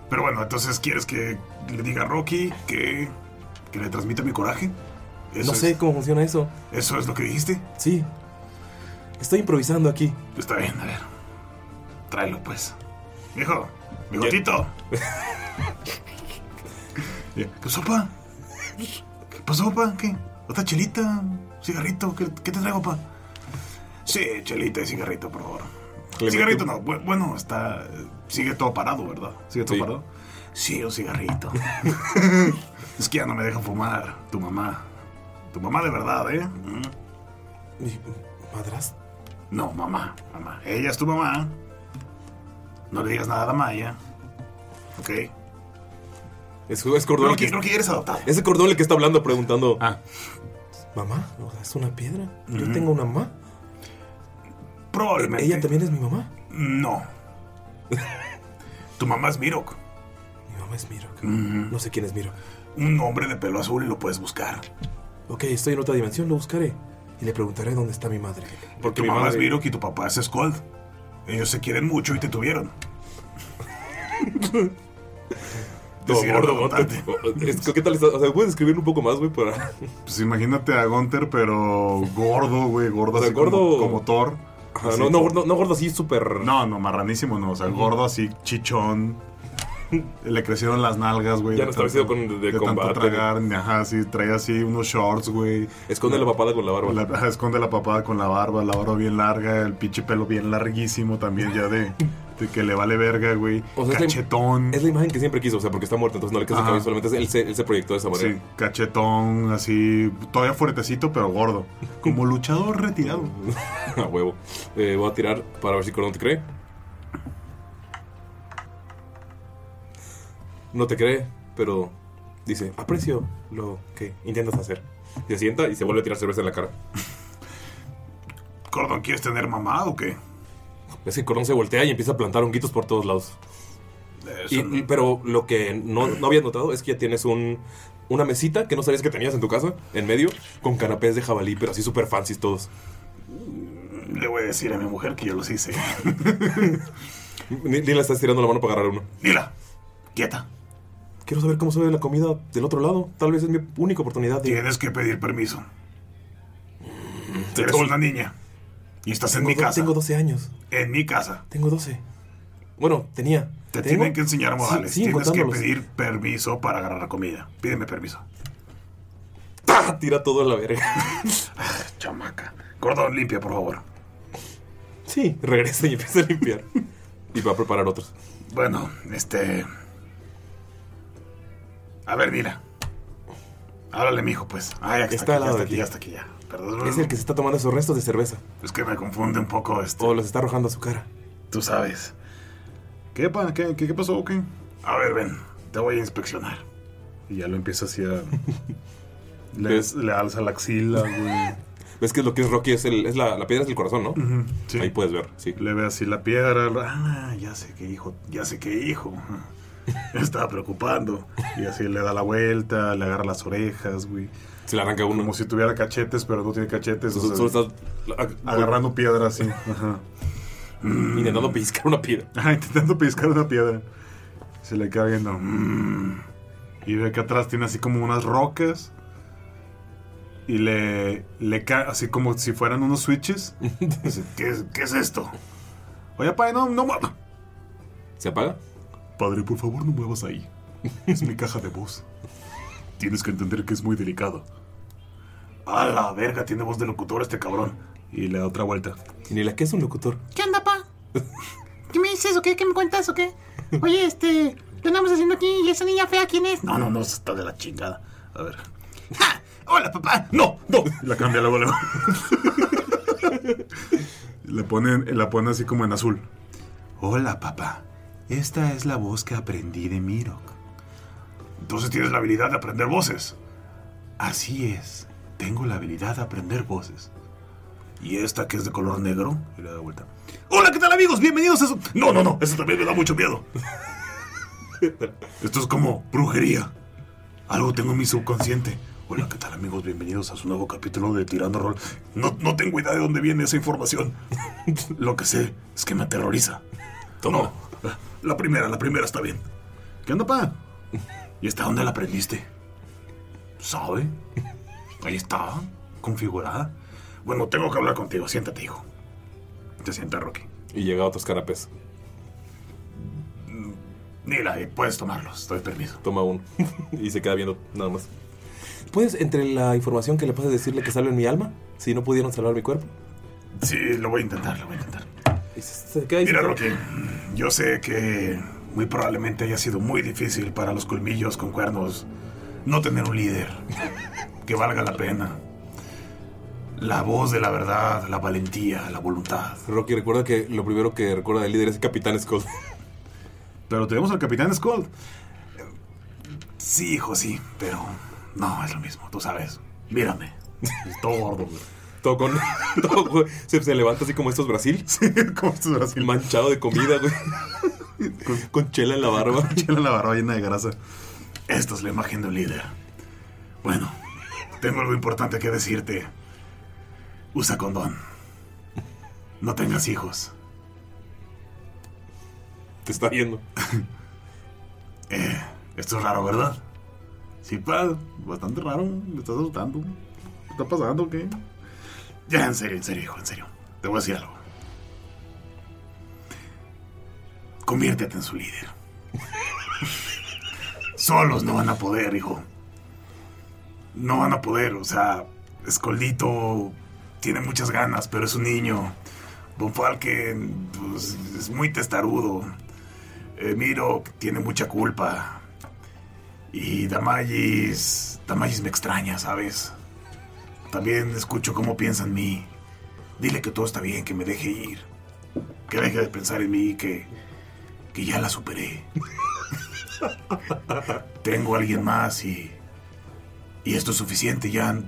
B: Pero bueno, entonces quieres que le diga a Rocky que. que le transmita mi coraje. Eso
A: No
B: es-
A: sé cómo funciona eso.
B: ¿Eso es lo que dijiste?
A: Sí. Estoy improvisando aquí.
B: Está bien, a ver. Tráelo, pues. Hijo,
A: [LAUGHS]
B: bigotito. Eh, ¿Qué pasó, pa? ¿Qué pasó, pa? ¿Qué? ¿Otra chelita? ¿Cigarrito? ¿Qué, qué te traigo, pa? Sí, chelita y cigarrito, por favor.
A: Le
B: cigarrito
A: meto-
B: no. bu- Bueno, está... Sigue todo parado, ¿verdad? ¿Sigue todo
A: Sí.
B: parado? Sí,
A: [LAUGHS]
B: un cigarrito. es que ya no me deja fumar. Tu mamá. Tu mamá de verdad, ¿eh? Mm.
A: Mi- ¿Madras?
B: No, mamá, mamá. Ella es tu mamá. No le digas nada a Damaya. ¿Ok?
A: Es, es Cordón
B: No,
A: el que,
B: que, no que eres adoptado.
A: es el Cordón el que está hablando preguntando.
B: Ah.
A: ¿Mamá? O sea, ¿Es una piedra? ¿Yo tengo una mamá?
B: Probablemente.
A: ¿Ella también es mi mamá?
B: No. tu mamá es Mirok.
A: Mi mamá es Mirok. No sé quién es Mirok.
B: Un hombre de pelo azul y lo puedes buscar.
A: Ok, estoy en otra dimensión, lo buscaré. Y le preguntaré dónde está mi madre.
B: Porque tu mamá es Mirok y tu papá es Skold. Ellos se quieren mucho y
C: [LAUGHS]
B: te tuvieron. Decidieron adoptarte.
A: ¿Qué tal está? O sea, ¿puedes escribir un poco más, güey? Para...
C: Pues imagínate a Gunter, pero gordo, güey, gordo
A: O sea,
C: así como-
A: gordo-
C: Como, Thor.
A: Ajá,
C: Así
A: no, no,
C: como-
A: gordo- no gordo así súper...
C: No, no, marranísimo, no. O sea, gordo así, chichón. [LAUGHS] Le crecieron las nalgas, güey.
A: Ya
C: de
A: no
C: tanto-
A: está vestido con- de
C: de
A: combate.
C: tanto tragar. Ajá, sí, traía así unos shorts, güey.
A: Esconde la papada con la barba.
C: La- ajá, esconde la papada con la barba, la barba bien larga, el pinche pelo bien larguísimo también, ya de, de que le vale verga, güey.
A: O sea, es la-
C: cachetón.
A: Es la imagen que siempre quiso, o sea, porque está muerta, entonces no le queda el
C: Ajá.
A: cabello, solamente es- él se, él se proyectó de esa manera.
C: Sí, cachetón, así, todavía fuertecito, pero gordo. Como luchador
A: [LAUGHS]
C: retirado.
A: A huevo. Eh, voy a tirar para ver si Cordón te cree. No te cree, pero dice, aprecio lo que intentas hacer. Se sienta y se vuelve a tirar cerveza en la cara.
B: Cordón, ¿quieres tener mamá o qué?
A: Es que Cordón se voltea y empieza a plantar honguitos por todos lados. Y- y- pero lo que no, no habías notado es que ya tienes un, una mesita que no sabías que tenías en tu casa, en medio, con canapés de jabalí, pero así súper fancy todos.
B: Le voy a decir a mi mujer que yo los
C: [LAUGHS]
B: hice.
A: Ni, ni le estás tirando la mano para agarrar uno.
B: Dila, quieta.
A: Quiero saber cómo sabe la comida del otro lado. Tal vez es mi única oportunidad de...
B: Tienes que pedir permiso.
A: Te
B: Eres
A: tomo-
B: una niña. Y estás en
A: Tengo
B: mi
A: do-
B: casa.
A: Tengo 12 años.
B: En mi casa.
A: Tengo 12. Bueno, tenía.
B: Te
A: ¿Tengo?
B: tienen que enseñar
A: Sí,
B: modales.
A: siguen
B: Tienes que
A: contándolos.
B: pedir permiso para agarrar comida. Pídeme permiso.
A: ¡Pah! ¡Ah! Tira todo a la verga.
B: [LAUGHS] Chamaca. Cordón, limpia, por favor.
A: Sí, regresa y empieza a limpiar. y va a preparar otros.
B: Bueno, este. A ver, Dila. Háblale, mijo, pues. Ah, ya está,
A: Está al
B: aquí,
A: lado
B: ya está
A: de
B: aquí,
A: ti.
B: ya está aquí, ya. Perdón.
A: Es el que se está tomando esos restos de cerveza.
B: Es que me confunde un poco este, esto.
A: O los está arrojando a su cara.
B: Tú sabes.
C: ¿Qué, pa? ¿Qué, qué, qué pasó? ¿Qué?
B: A ver, ven. Te voy a inspeccionar.
C: Y ya lo empieza así a... Le, le alza la axila, güey.
A: ¿Ves que es lo que es Rocky? Es, el, es la, la piedra es el corazón, ¿no?
C: sí.
A: Ahí puedes ver, sí.
C: Le ve así la piedra.
B: Ah, ya sé qué hijo, ya sé qué
C: [LAUGHS]
B: hijo. Me estaba preocupando.
C: Y así le da la vuelta, le agarra las orejas, güey.
A: Se le arranca uno.
C: Como si tuviera cachetes, pero no tiene cachetes. o
A: Solo-
C: sea,
A: solo estás la-
C: agarrando piedra así. Ajá.
A: intentando piscar una piedra.
C: Ajá, intentando piscar una piedra. Se le queda viendo. mm. Y ve que atrás tiene así como unas rocas. Y le, le cae así como si fueran unos switches.
B: Dice, ¿Qué, es- qué es esto?
C: Oye, padre, no, no mueva.
A: ¿Se apaga?
C: Padre, por favor, no muevas ahí. Es mi caja de voz. Tienes que entender que es muy delicado.
B: A la verga, tiene voz de locutor este cabrón.
C: Y le da otra vuelta.
A: Y Ni la que es un locutor.
D: ¿Qué onda, pa? ¿Qué me dices o qué? ¿Qué me cuentas o qué? Oye, este, ¿qué andamos haciendo aquí? ¿Y esa niña fea quién es?
B: No, no, no, está de la chingada. A ver. [LAUGHS] ¡Ja! ¡Hola, papá! ¡No! ¡No!
C: La cambia luego,
B: [LAUGHS]
C: luego. la, pone, la pone así como en azul. Hola, papá. Esta es la voz que aprendí de Mirok.
B: Entonces tienes la habilidad de aprender voces.
C: Así es. Tengo la habilidad de aprender voces.
B: ¿Y esta que es de color negro?
C: Y le da vuelta.
B: ¡Hola, qué tal, amigos! ¡Bienvenidos a su. No, no, no, eso también me da mucho miedo. Esto es como brujería. Algo tengo en mi subconsciente. Hola, ¿qué tal, amigos? Bienvenidos a su nuevo capítulo de Tirando Rol. No, no tengo idea de dónde viene esa [LAUGHS] información. Lo que sé es que me aterroriza. No, la primera, la primera está bien.
C: ¿Qué onda, pa?
B: ¿Y esta dónde la aprendiste?
C: Pues
B: ¿Sabe? Ahí está, configurada. Bueno, tengo que hablar contigo. Siéntate, hijo. Te sienta Rocky.
A: Y llega a otros canapés.
B: Nila, eh, puedes tomarlos. Doy permiso.
A: Toma uno. [LAUGHS] y se queda viendo nada más. ¿Puedes, entre la información que le pasa, decirle que salven mi alma? Si no pudieron salvar mi cuerpo.
B: Sí, lo voy a intentar, lo voy a intentar.
A: Y se, se queda ahí.
B: Mira, Rocky, yo sé que muy probablemente haya sido muy difícil para los colmillos con cuernos no tener
C: [LAUGHS]
B: un líder que valga la pena. La voz de la verdad, la valentía, la voluntad.
A: Rocky recuerda que lo primero que recuerda del líder es Capitán Scott. [LAUGHS]
C: Pero tenemos al Capitán Skull.
B: Sí, hijo, sí, pero no es lo mismo, tú sabes.
C: [LAUGHS]
B: Mírame. Todo gordo. güey.
A: Todo con. [LAUGHS] todo, güey. se, se levanta así como estos Brasil.
C: [LAUGHS] ¿Cómo estás, Brasil?
A: Manchado de comida, güey. con, con chela en la
B: [LAUGHS]
A: barba.
C: Chela la barba llena de grasa.
B: Esta es la imagen de un líder. Bueno, tengo algo importante que decirte. Usa condón. No tengas hijos.
A: Te está viendo.
B: Eh, esto es raro, ¿verdad? pues,
C: Sí, pa, bastante raro. Me estás asustando. ¿Qué está pasando o qué?
B: Ya, en serio, en serio, hijo, en serio. Te voy a decir algo. Conviértete en su líder. [LAUGHS] Solos no van a poder, hijo. No van a poder, o sea, Escoldito tiene muchas ganas, pero es un niño. Von Falken pues, es muy testarudo. Eh, Miro tiene mucha culpa. Y Damayis. Damayis me extraña, ¿sabes? También escucho cómo piensa en mí. Dile que todo está bien, que me deje ir. Que deje de pensar en mí, que. que ya la superé. [LAUGHS] Tengo a alguien más y. y esto es suficiente, ya.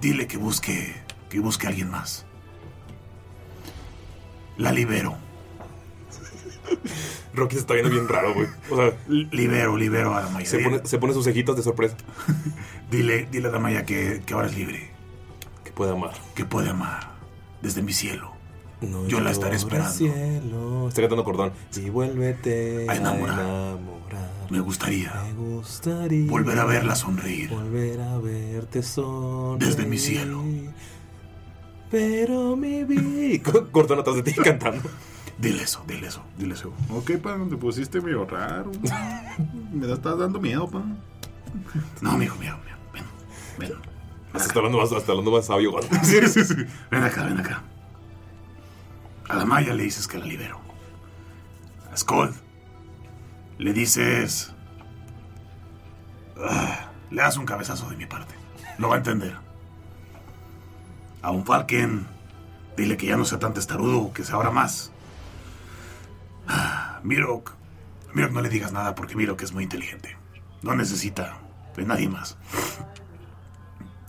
B: Dile que busque. que busque a alguien más. La libero.
A: Rocky se está viendo bien raro, güey. O sea,
B: Libero, libero a Damaya.
A: se pone, se pone sus cejitas de sorpresa.
B: Dile, dile a Damaya que, que ahora es libre,
A: Que puede amar.
B: que puede amar desde mi cielo.
A: No
B: Yo la estaré
A: llores,
B: esperando.
A: Cielo. Está cantando cordón. Y vuélvete
B: A enamorar.
A: enamorar.
B: Me gustaría
A: gustaría
B: volver a verla sonreír.
A: volver a verte sonreír.
B: Desde mi cielo.
A: Pero mi vida. [LAUGHS] Cordón atrás de ti cantando.
B: Dile eso, dile eso, dile eso.
C: Ok, pa, te pusiste medio
B: [LAUGHS]
C: raro. Me estás dando miedo, pa.
B: No, mijo, mira, mira, ven, ven.
A: Hasta hablando más, hasta hablando más sabio. güey. [LAUGHS]
B: Sí, sí, sí. Ven acá, ven acá. A Damaya le dices que la libero. A Skold le dices. Ah, le das un cabezazo de mi parte. Lo va a entender. A un Falken, dile que ya no sea tan testarudo, que se abra más. Ah, Mirok, Mirok no le digas nada porque Mirok es muy inteligente. No necesita de nadie más.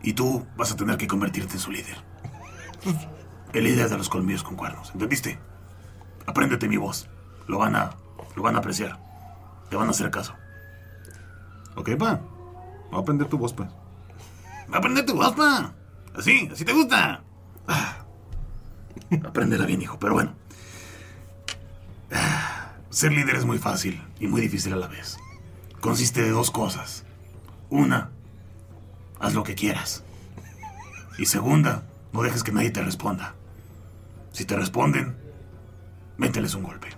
B: Y tú vas a tener que convertirte en su líder. El líder de los colmillos con cuernos, ¿entendiste? Apréndete mi voz. Lo van a, lo van a apreciar. Te van a hacer caso.
C: Ok, pa. Voy a aprender tu voz, pa.
B: Aprende tu voz, pa. Así, así te gusta. Ah. Apréndela bien, hijo, pero bueno. Ah, Ser líder es muy fácil y muy difícil a la vez. Consiste de dos cosas. Una, haz lo que quieras. Y segunda, no dejes que nadie te responda. Si te responden, mételes un golpe.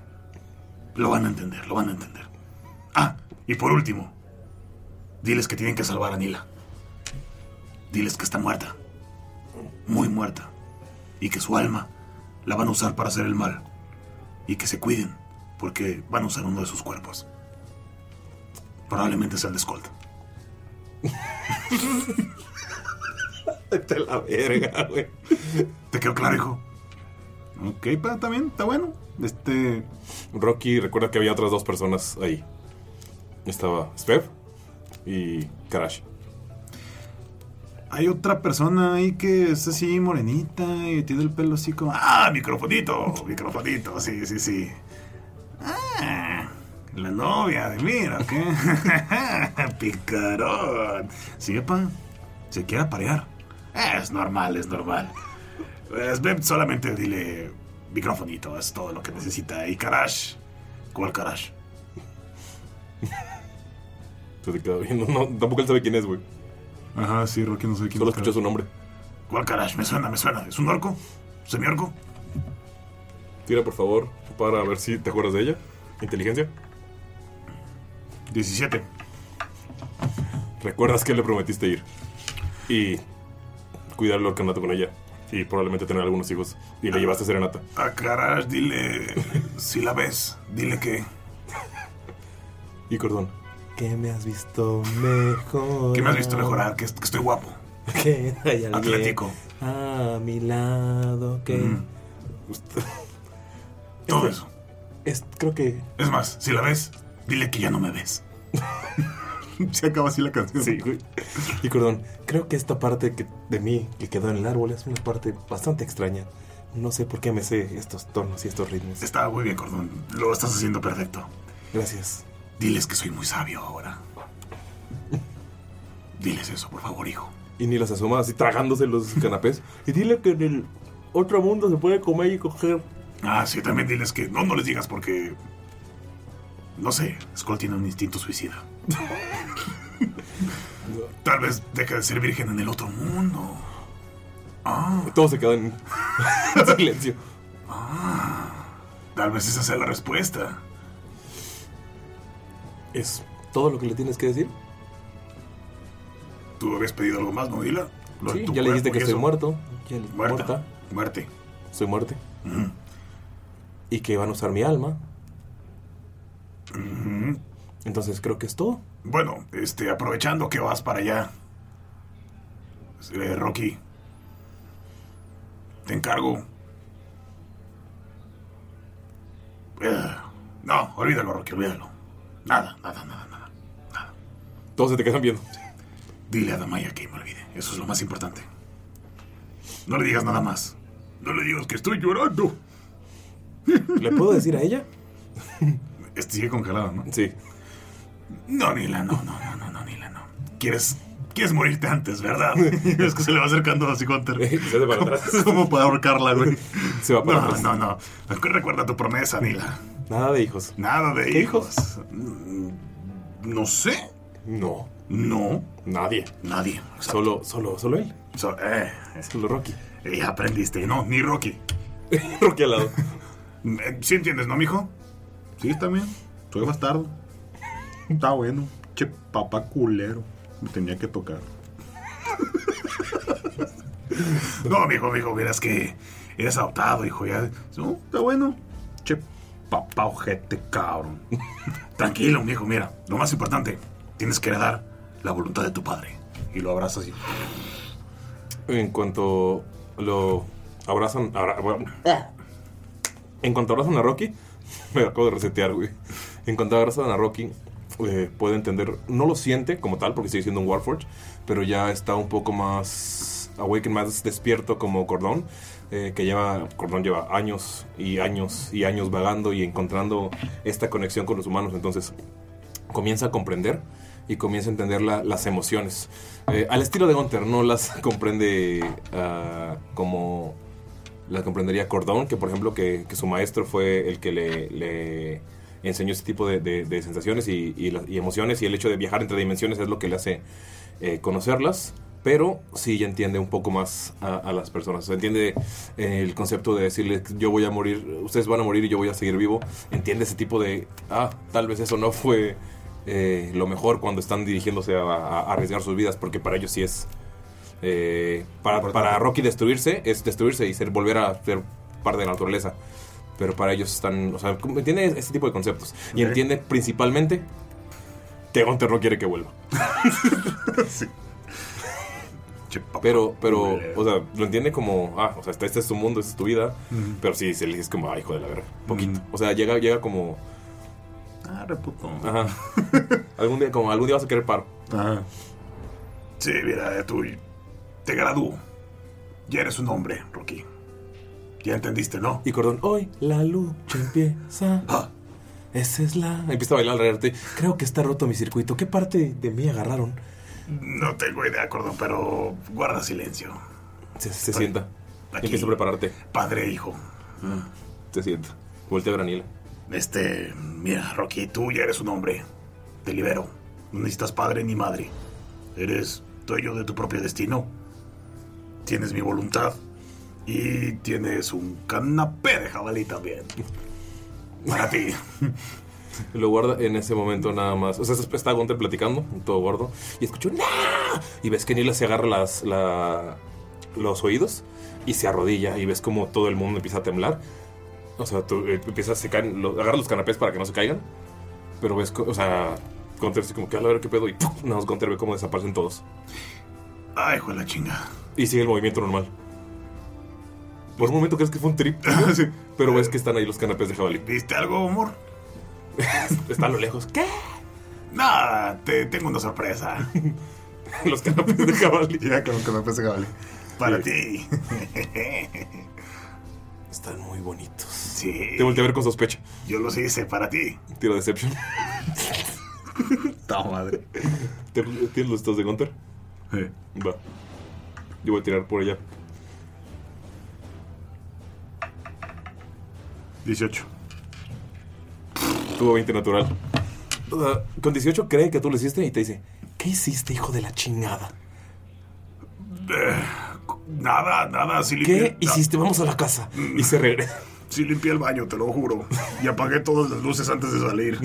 B: Lo van a entender, lo van a entender. Ah, y por último, diles que tienen que salvar a Nila. Diles que está muerta. Muy muerta. Y que su alma la van a usar para hacer el mal. Y que se cuiden, porque van a usar uno de sus cuerpos. Probablemente sea el de Skold.
A: Vete a la verga, güey.
B: ¿Te quedó claro, hijo?
C: Ok, pa, está bien, está bueno. Este.
A: Rocky recuerda que había otras dos personas ahí. Estaba Svev y Karash.
C: Hay otra persona ahí que es así morenita y tiene el pelo así como.
B: Ah, microfonito, microfonito, sí, sí, sí. Ah, la novia de mira, ¿qué? [LAUGHS] Picarón. Sí, pa, se quiere parear. Es normal, es normal. Pues, ve, solamente dile microfonito, es todo lo que necesita. Y Karash, ¿cuál Karash?
A: Se te queda viendo. No, tampoco él sabe quién es, güey.
C: Ajá, sí, Rocky no sé quién
A: Solo
C: es,
A: escuchó su nombre.
B: ¿Cuál carajo? Me suena, me suena. ¿Es un orco? ¿Semiorco?
A: Tira, por favor, para ver si te acuerdas de ella. Inteligencia.
B: 17.
A: Recuerdas que le prometiste ir y cuidar el orcanato con ella. Y probablemente tener algunos hijos. Y le llevaste serenata.
B: A Karash, Ah, dile. si la ves, dile que.
A: Y cordón. ¿Qué me has visto [LAUGHS] mejor?
B: que me has visto mejorar, que, que estoy guapo.
A: Que hay alguien
B: Atlético.
A: a mi lado que...
E: Mm.
B: Todo eso.
A: Es, creo que...
B: Es más, si la ves, dile que ya no me ves. [LAUGHS] Se acaba así la canción.
A: Sí, güey. [LAUGHS] Y cordón, creo que esta parte que, de mí que quedó en el árbol es una parte bastante extraña. No sé por qué me sé estos tonos y estos ritmos.
B: Está muy bien, Cordón. Lo estás haciendo perfecto.
A: Gracias.
B: Diles que soy muy sabio ahora. Diles eso, por favor, hijo.
A: Y ni las asoma así tragándose los canapés. Y dile que en el otro mundo se puede comer y coger.
B: Ah, sí, también diles que no, no les digas porque... No sé, Skull tiene un
A: [LAUGHS]
B: instinto suicida. Tal vez deje de ser virgen en el otro mundo.
A: Todo se quedó en [LAUGHS] silencio.
B: Tal vez esa sea la respuesta.
A: ¿Es todo lo que le tienes que decir?
B: ¿Tú habías pedido algo más, no, Dila? Lo de
A: Sí,
B: tu
A: ya le dijiste
B: cuerpo
A: que
B: y
A: estoy
B: eso.
A: muerto. Ya le-
B: Muerta.
A: muerta.
B: Muerte.
A: Soy muerte. Y que van a usar mi alma. Entonces creo que es todo.
B: Bueno, este, aprovechando que vas para allá. eh, Rocky. Te encargo. Eh, no, olvídalo, Rocky, olvídalo. Nada, nada, nada, nada.
A: Todos se te quedan viendo.
B: Dile a Damaya que me olvide. Eso es lo más importante. No le digas nada más. No le digas que estoy llorando.
A: ¿Le puedo decir a ella?
B: Este sigue congelado, ¿no?
A: Sí.
B: No, Nila, no, no, no, no, no, Nila, no. ¿Quieres, quieres morirte
A: [LAUGHS]
B: antes, ¿verdad? es que se le va acercando así Hunter.
A: Se hace para
B: Como- [LAUGHS]
A: atrás.
B: Como para ahorcarla, güey.
A: [LAUGHS] Se va para
B: no,
A: atrás.
B: No, no, Recuerda tu promesa, Nila.
A: Nada de hijos.
B: Nada de
A: ¿Qué
B: hijos. Mm, No sé.
A: No.
B: No,
A: Nadie.
B: nadie. Solo.
A: Solo, solo, solo él.
B: eh,
A: Solo Rocky. [LAUGHS]
B: eh, aprendiste. No, ni Rocky.
A: Rocky al lado.
B: Eh, ¿Sí entiendes, no, mijo?
C: Sí, está bien. Soy bastardo. Está bueno. Che, papá culero. Me tenía que tocar.
B: No, mijo, mijo, verás que eres adoptado, hijo. Ya.
C: No, está bueno. Che, papá ojete, cabrón.
B: Tranquilo, mijo, mira. Lo más importante, tienes que heredar la voluntad de tu padre. Y lo abrazas y.
A: En cuanto lo abrazan. abra- abra- en cuanto abrazan a Rocky, [LAUGHS] me acabo de resetear, güey. En cuanto abrazan a Rocky, eh, puede entender. No lo siente como tal, porque sigue siendo un Warforge, pero ya está un poco más awakened, más despierto como Cordón. eh, que lleva, Cordón lleva años y años y años vagando y encontrando esta conexión con los humanos. Entonces, comienza a comprender y comienza a entender la- las emociones. Eh, al estilo de Gunter, no las [LAUGHS] comprende ah, como la comprendería Cordón, que por ejemplo que, que su maestro fue el que le, le enseñó ese tipo de, de- de sensaciones y, y la- y emociones y el hecho de viajar entre dimensiones es lo que le hace eh, conocerlas. Pero sí ya entiende un poco más a, a las personas. O sea, entiende eh, el concepto de decirles yo voy a morir, ustedes van a morir y yo voy a seguir vivo. Entiende ese tipo de, ah, tal vez eso no fue eh, lo mejor cuando están dirigiéndose a- a- a arriesgar sus vidas, porque para ellos sí es eh, para, para Rocky destruirse es destruirse y ser, volver a ser parte de la naturaleza. Pero para ellos están. O sea, como- entiende este tipo de conceptos. Y entiende principalmente que Gunter no quiere que vuelva.
B: Che, papá
A: Pero, pero,
B: culero.
A: o sea, lo entiende como, ah, o sea, este, este es tu mundo, esta es tu vida. Pero sí, se le dice como, ah, hijo de la verga. Poquito. O sea, llega, llega como,
B: Ah, reputo.
A: ajá. algún día, como, algún día vas a querer paro.
C: Ajá.
B: Sí, mira, eh, tú te gradúo. Ya eres un hombre, Rocky. Ya entendiste, ¿no?
A: Y Cordón, hoy la lucha empieza. Esa es la. Empieza a bailar al arte. Creo que está roto mi circuito. ¿Qué parte de mí agarraron?
B: No tengo idea, Cordón, pero guarda silencio.
A: Se, se sienta.
B: Aquí.
A: Empieza a prepararte.
B: Padre, hijo.
A: Se sienta. Voltea a ver a Nila.
B: Este, mira, Rocky, tú ya eres un hombre. Te libero. No necesitas padre ni madre. Eres dueño de tu propio destino. Tienes mi voluntad. Y tienes un canapé de jabalí también. Para ti.
A: Lo guarda en ese momento nada más. O sea, está Gunter platicando, todo gordo. Y escuchó ¡No! Y ves que Nila se agarra las, la- los oídos y se arrodilla. Y ves como todo el mundo empieza a temblar. O sea, tú eh, empiezas, se caen, lo- agarras los canapés para que no se caigan. Pero ves, co- o sea, Gunter así como que a la ver qué pedo. Y ¡pum! nada más Gunter ve cómo desaparecen todos.
B: Ay, hijo de la chinga.
A: Y sigue el movimiento normal. Por un momento crees que fue un [LAUGHS] trip. Pero ves que están ahí los canapés de jabalí.
B: ¿Viste algo, amor?
A: Está a lo lejos. ¿Qué? [LAUGHS]
B: Nada, te tengo una sorpresa.
A: Los canapés de jabalí.
B: Ya con los canapés de jabalí. Para ti.
A: Están muy bonitos.
B: Sí.
A: Te volteé a ver con sospecha.
B: Yo los hice para ti.
A: Tiro Deception.
B: Ta madre.
A: ¿Te- ¿Tienes los datos de Gunter?
B: Eh,
A: Va. Yo voy a tirar por allá.
C: 18.
A: Tuvo 20 natural. Ah, con 18 cree que tú lo hiciste y te dice: ¿Qué hiciste, hijo de la chingada?
B: Nada, nada, sí
A: ¿Qué
B: limpié. na-
A: hiciste? Vamos a la casa. Y se regresa.
B: sí limpié el baño, te lo juro. Y apagué todas las luces antes de salir.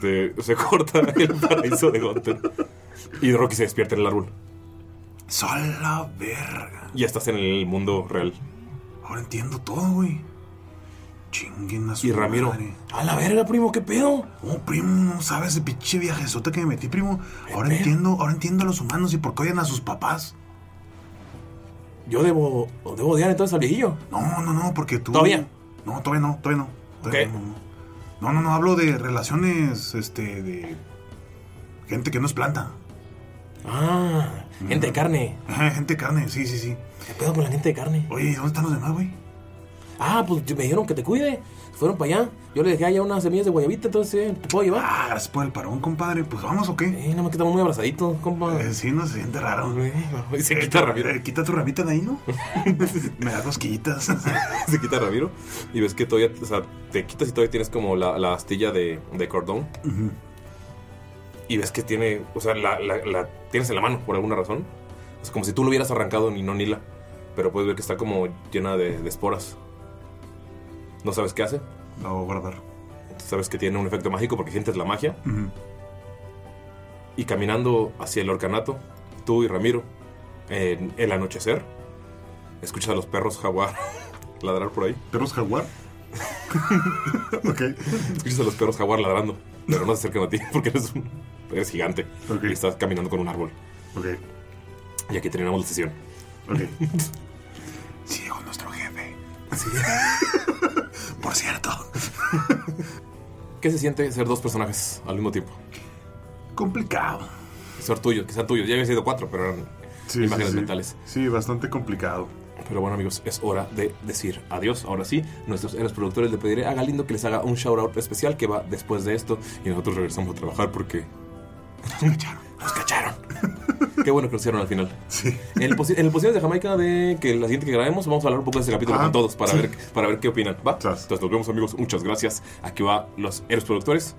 A: Te- se corta el paraíso de Gunter. Y Rocky se despierta en el árbol.
B: Sola verga.
A: Ya estás en el mundo real.
B: Ahora entiendo todo, güey. Chinguen a su
A: Y Ramiro:
B: madre.
A: A la verga, primo, ¿qué pedo?
B: Oh, primo, no sabes de pinche viajesota que me metí, primo. Ahora
A: Espera.
B: entiendo, ahora entiendo a los humanos y por qué odian a sus papás.
A: Yo debo, debo odiar entonces al viejillo.
B: No, no, no, porque tú.
A: ¿Todavía?
B: No, todavía no, todavía no. Todavía
A: Ok.
B: no, no. No, no, no, hablo de relaciones, este, de. Gente que no es planta.
A: Ah, gente de carne.
B: Ajá, gente de carne, sí, sí, sí.
A: ¿Qué pedo con la gente de carne?
B: Oye, ¿dónde están los demás, güey?
A: Ah, pues me dijeron que te cuide. Fueron para allá. Yo le dejé allá unas semillas de guayabita, entonces eh, te puedo llevar.
B: Ah, gracias por el parón, compadre. Pues vamos, ¿o qué?
A: Eh, nada más que estamos muy abrazaditos, compa.
B: Eh, sí, no se siente raro.
A: Y se
B: Eh,
A: quita Ramiro.
B: eh, quita tu ramita de ahí,
A: [LAUGHS]
B: ¿no? Me da cosquillitas.
A: Se quita Ramiro. Y ves que todavía, o sea, te quitas y todavía tienes como la, la astilla de, de cordón. Y ves que tiene, o sea, la, la- la tienes en la mano por alguna razón. Es como si tú lo hubieras arrancado ni no Nila. Pero puedes ver que está como llena de, de esporas. No sabes qué hace.
B: Lo voy a guardar.
A: sabes que tiene un efecto mágico porque sientes la magia. Y caminando hacia el orcanato, tú y Ramiro, en el anochecer, escuchas a los perros jaguar [LAUGHS] ladrar por ahí.
C: ¿Perros
B: [LAUGHS]
C: jaguar? ok.
A: Escuchas a los perros jaguar ladrando, pero no se acercan a ti [LAUGHS] porque eres, un- eres gigante
C: Ok.
A: y estás caminando con un árbol.
C: Ok.
A: Y aquí terminamos la sesión.
C: [LAUGHS] Ok.
B: Sí, llegó nuestro jefe.
C: [LAUGHS]
B: por cierto.
A: ¿Qué se siente ser dos personajes al mismo tiempo?
B: Complicado.
A: Ser tuyo, que sean tuyos. Ya habían sido cuatro, pero eran
C: Sí,
A: imágenes
C: sí, sí.
A: mentales.
C: Sí, bastante complicado.
A: Pero bueno, amigos, es hora de decir adiós. Ahora sí, nuestros héroes productores le pediré a Galindo que les haga un shout out especial que va después de esto. Y nosotros regresamos a trabajar porque. Nos cacharon.
C: [LAUGHS]
A: Nos cacharon. Qué bueno que lo hicieron al final.
C: Sí.
A: En el, posi- en el posible de Jamaica, de que la siguiente que grabemos, vamos a hablar un poco de este capítulo
C: Ah,
A: con todos para,
C: sí.
A: ver, para ver qué opinan. ¿Va?
C: Sas.
A: Entonces nos vemos, amigos. Muchas gracias. Aquí va los héroes productores.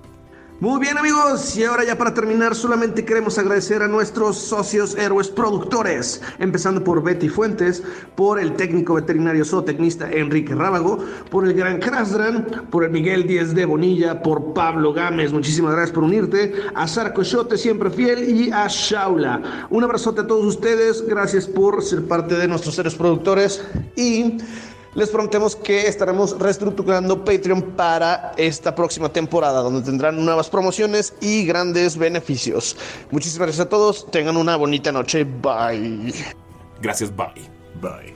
E: Muy bien amigos, y ahora ya para terminar solamente queremos agradecer a nuestros socios héroes productores, empezando por Betty Fuentes, por el técnico veterinario zootecnista Enrique Rábago, por el gran Krasdran, por el Miguel Díez de Bonilla, por Pablo Gámez, muchísimas gracias por unirte, a Sarco Shote, siempre fiel, y a Shaula. Un abrazote a todos ustedes, gracias por ser parte de nuestros héroes productores y... Les prometemos que estaremos reestructurando Patreon para esta próxima temporada, donde tendrán nuevas promociones y grandes beneficios. Muchísimas gracias a todos. Tengan una bonita noche. Bye.
A: Gracias, bye.
C: Bye.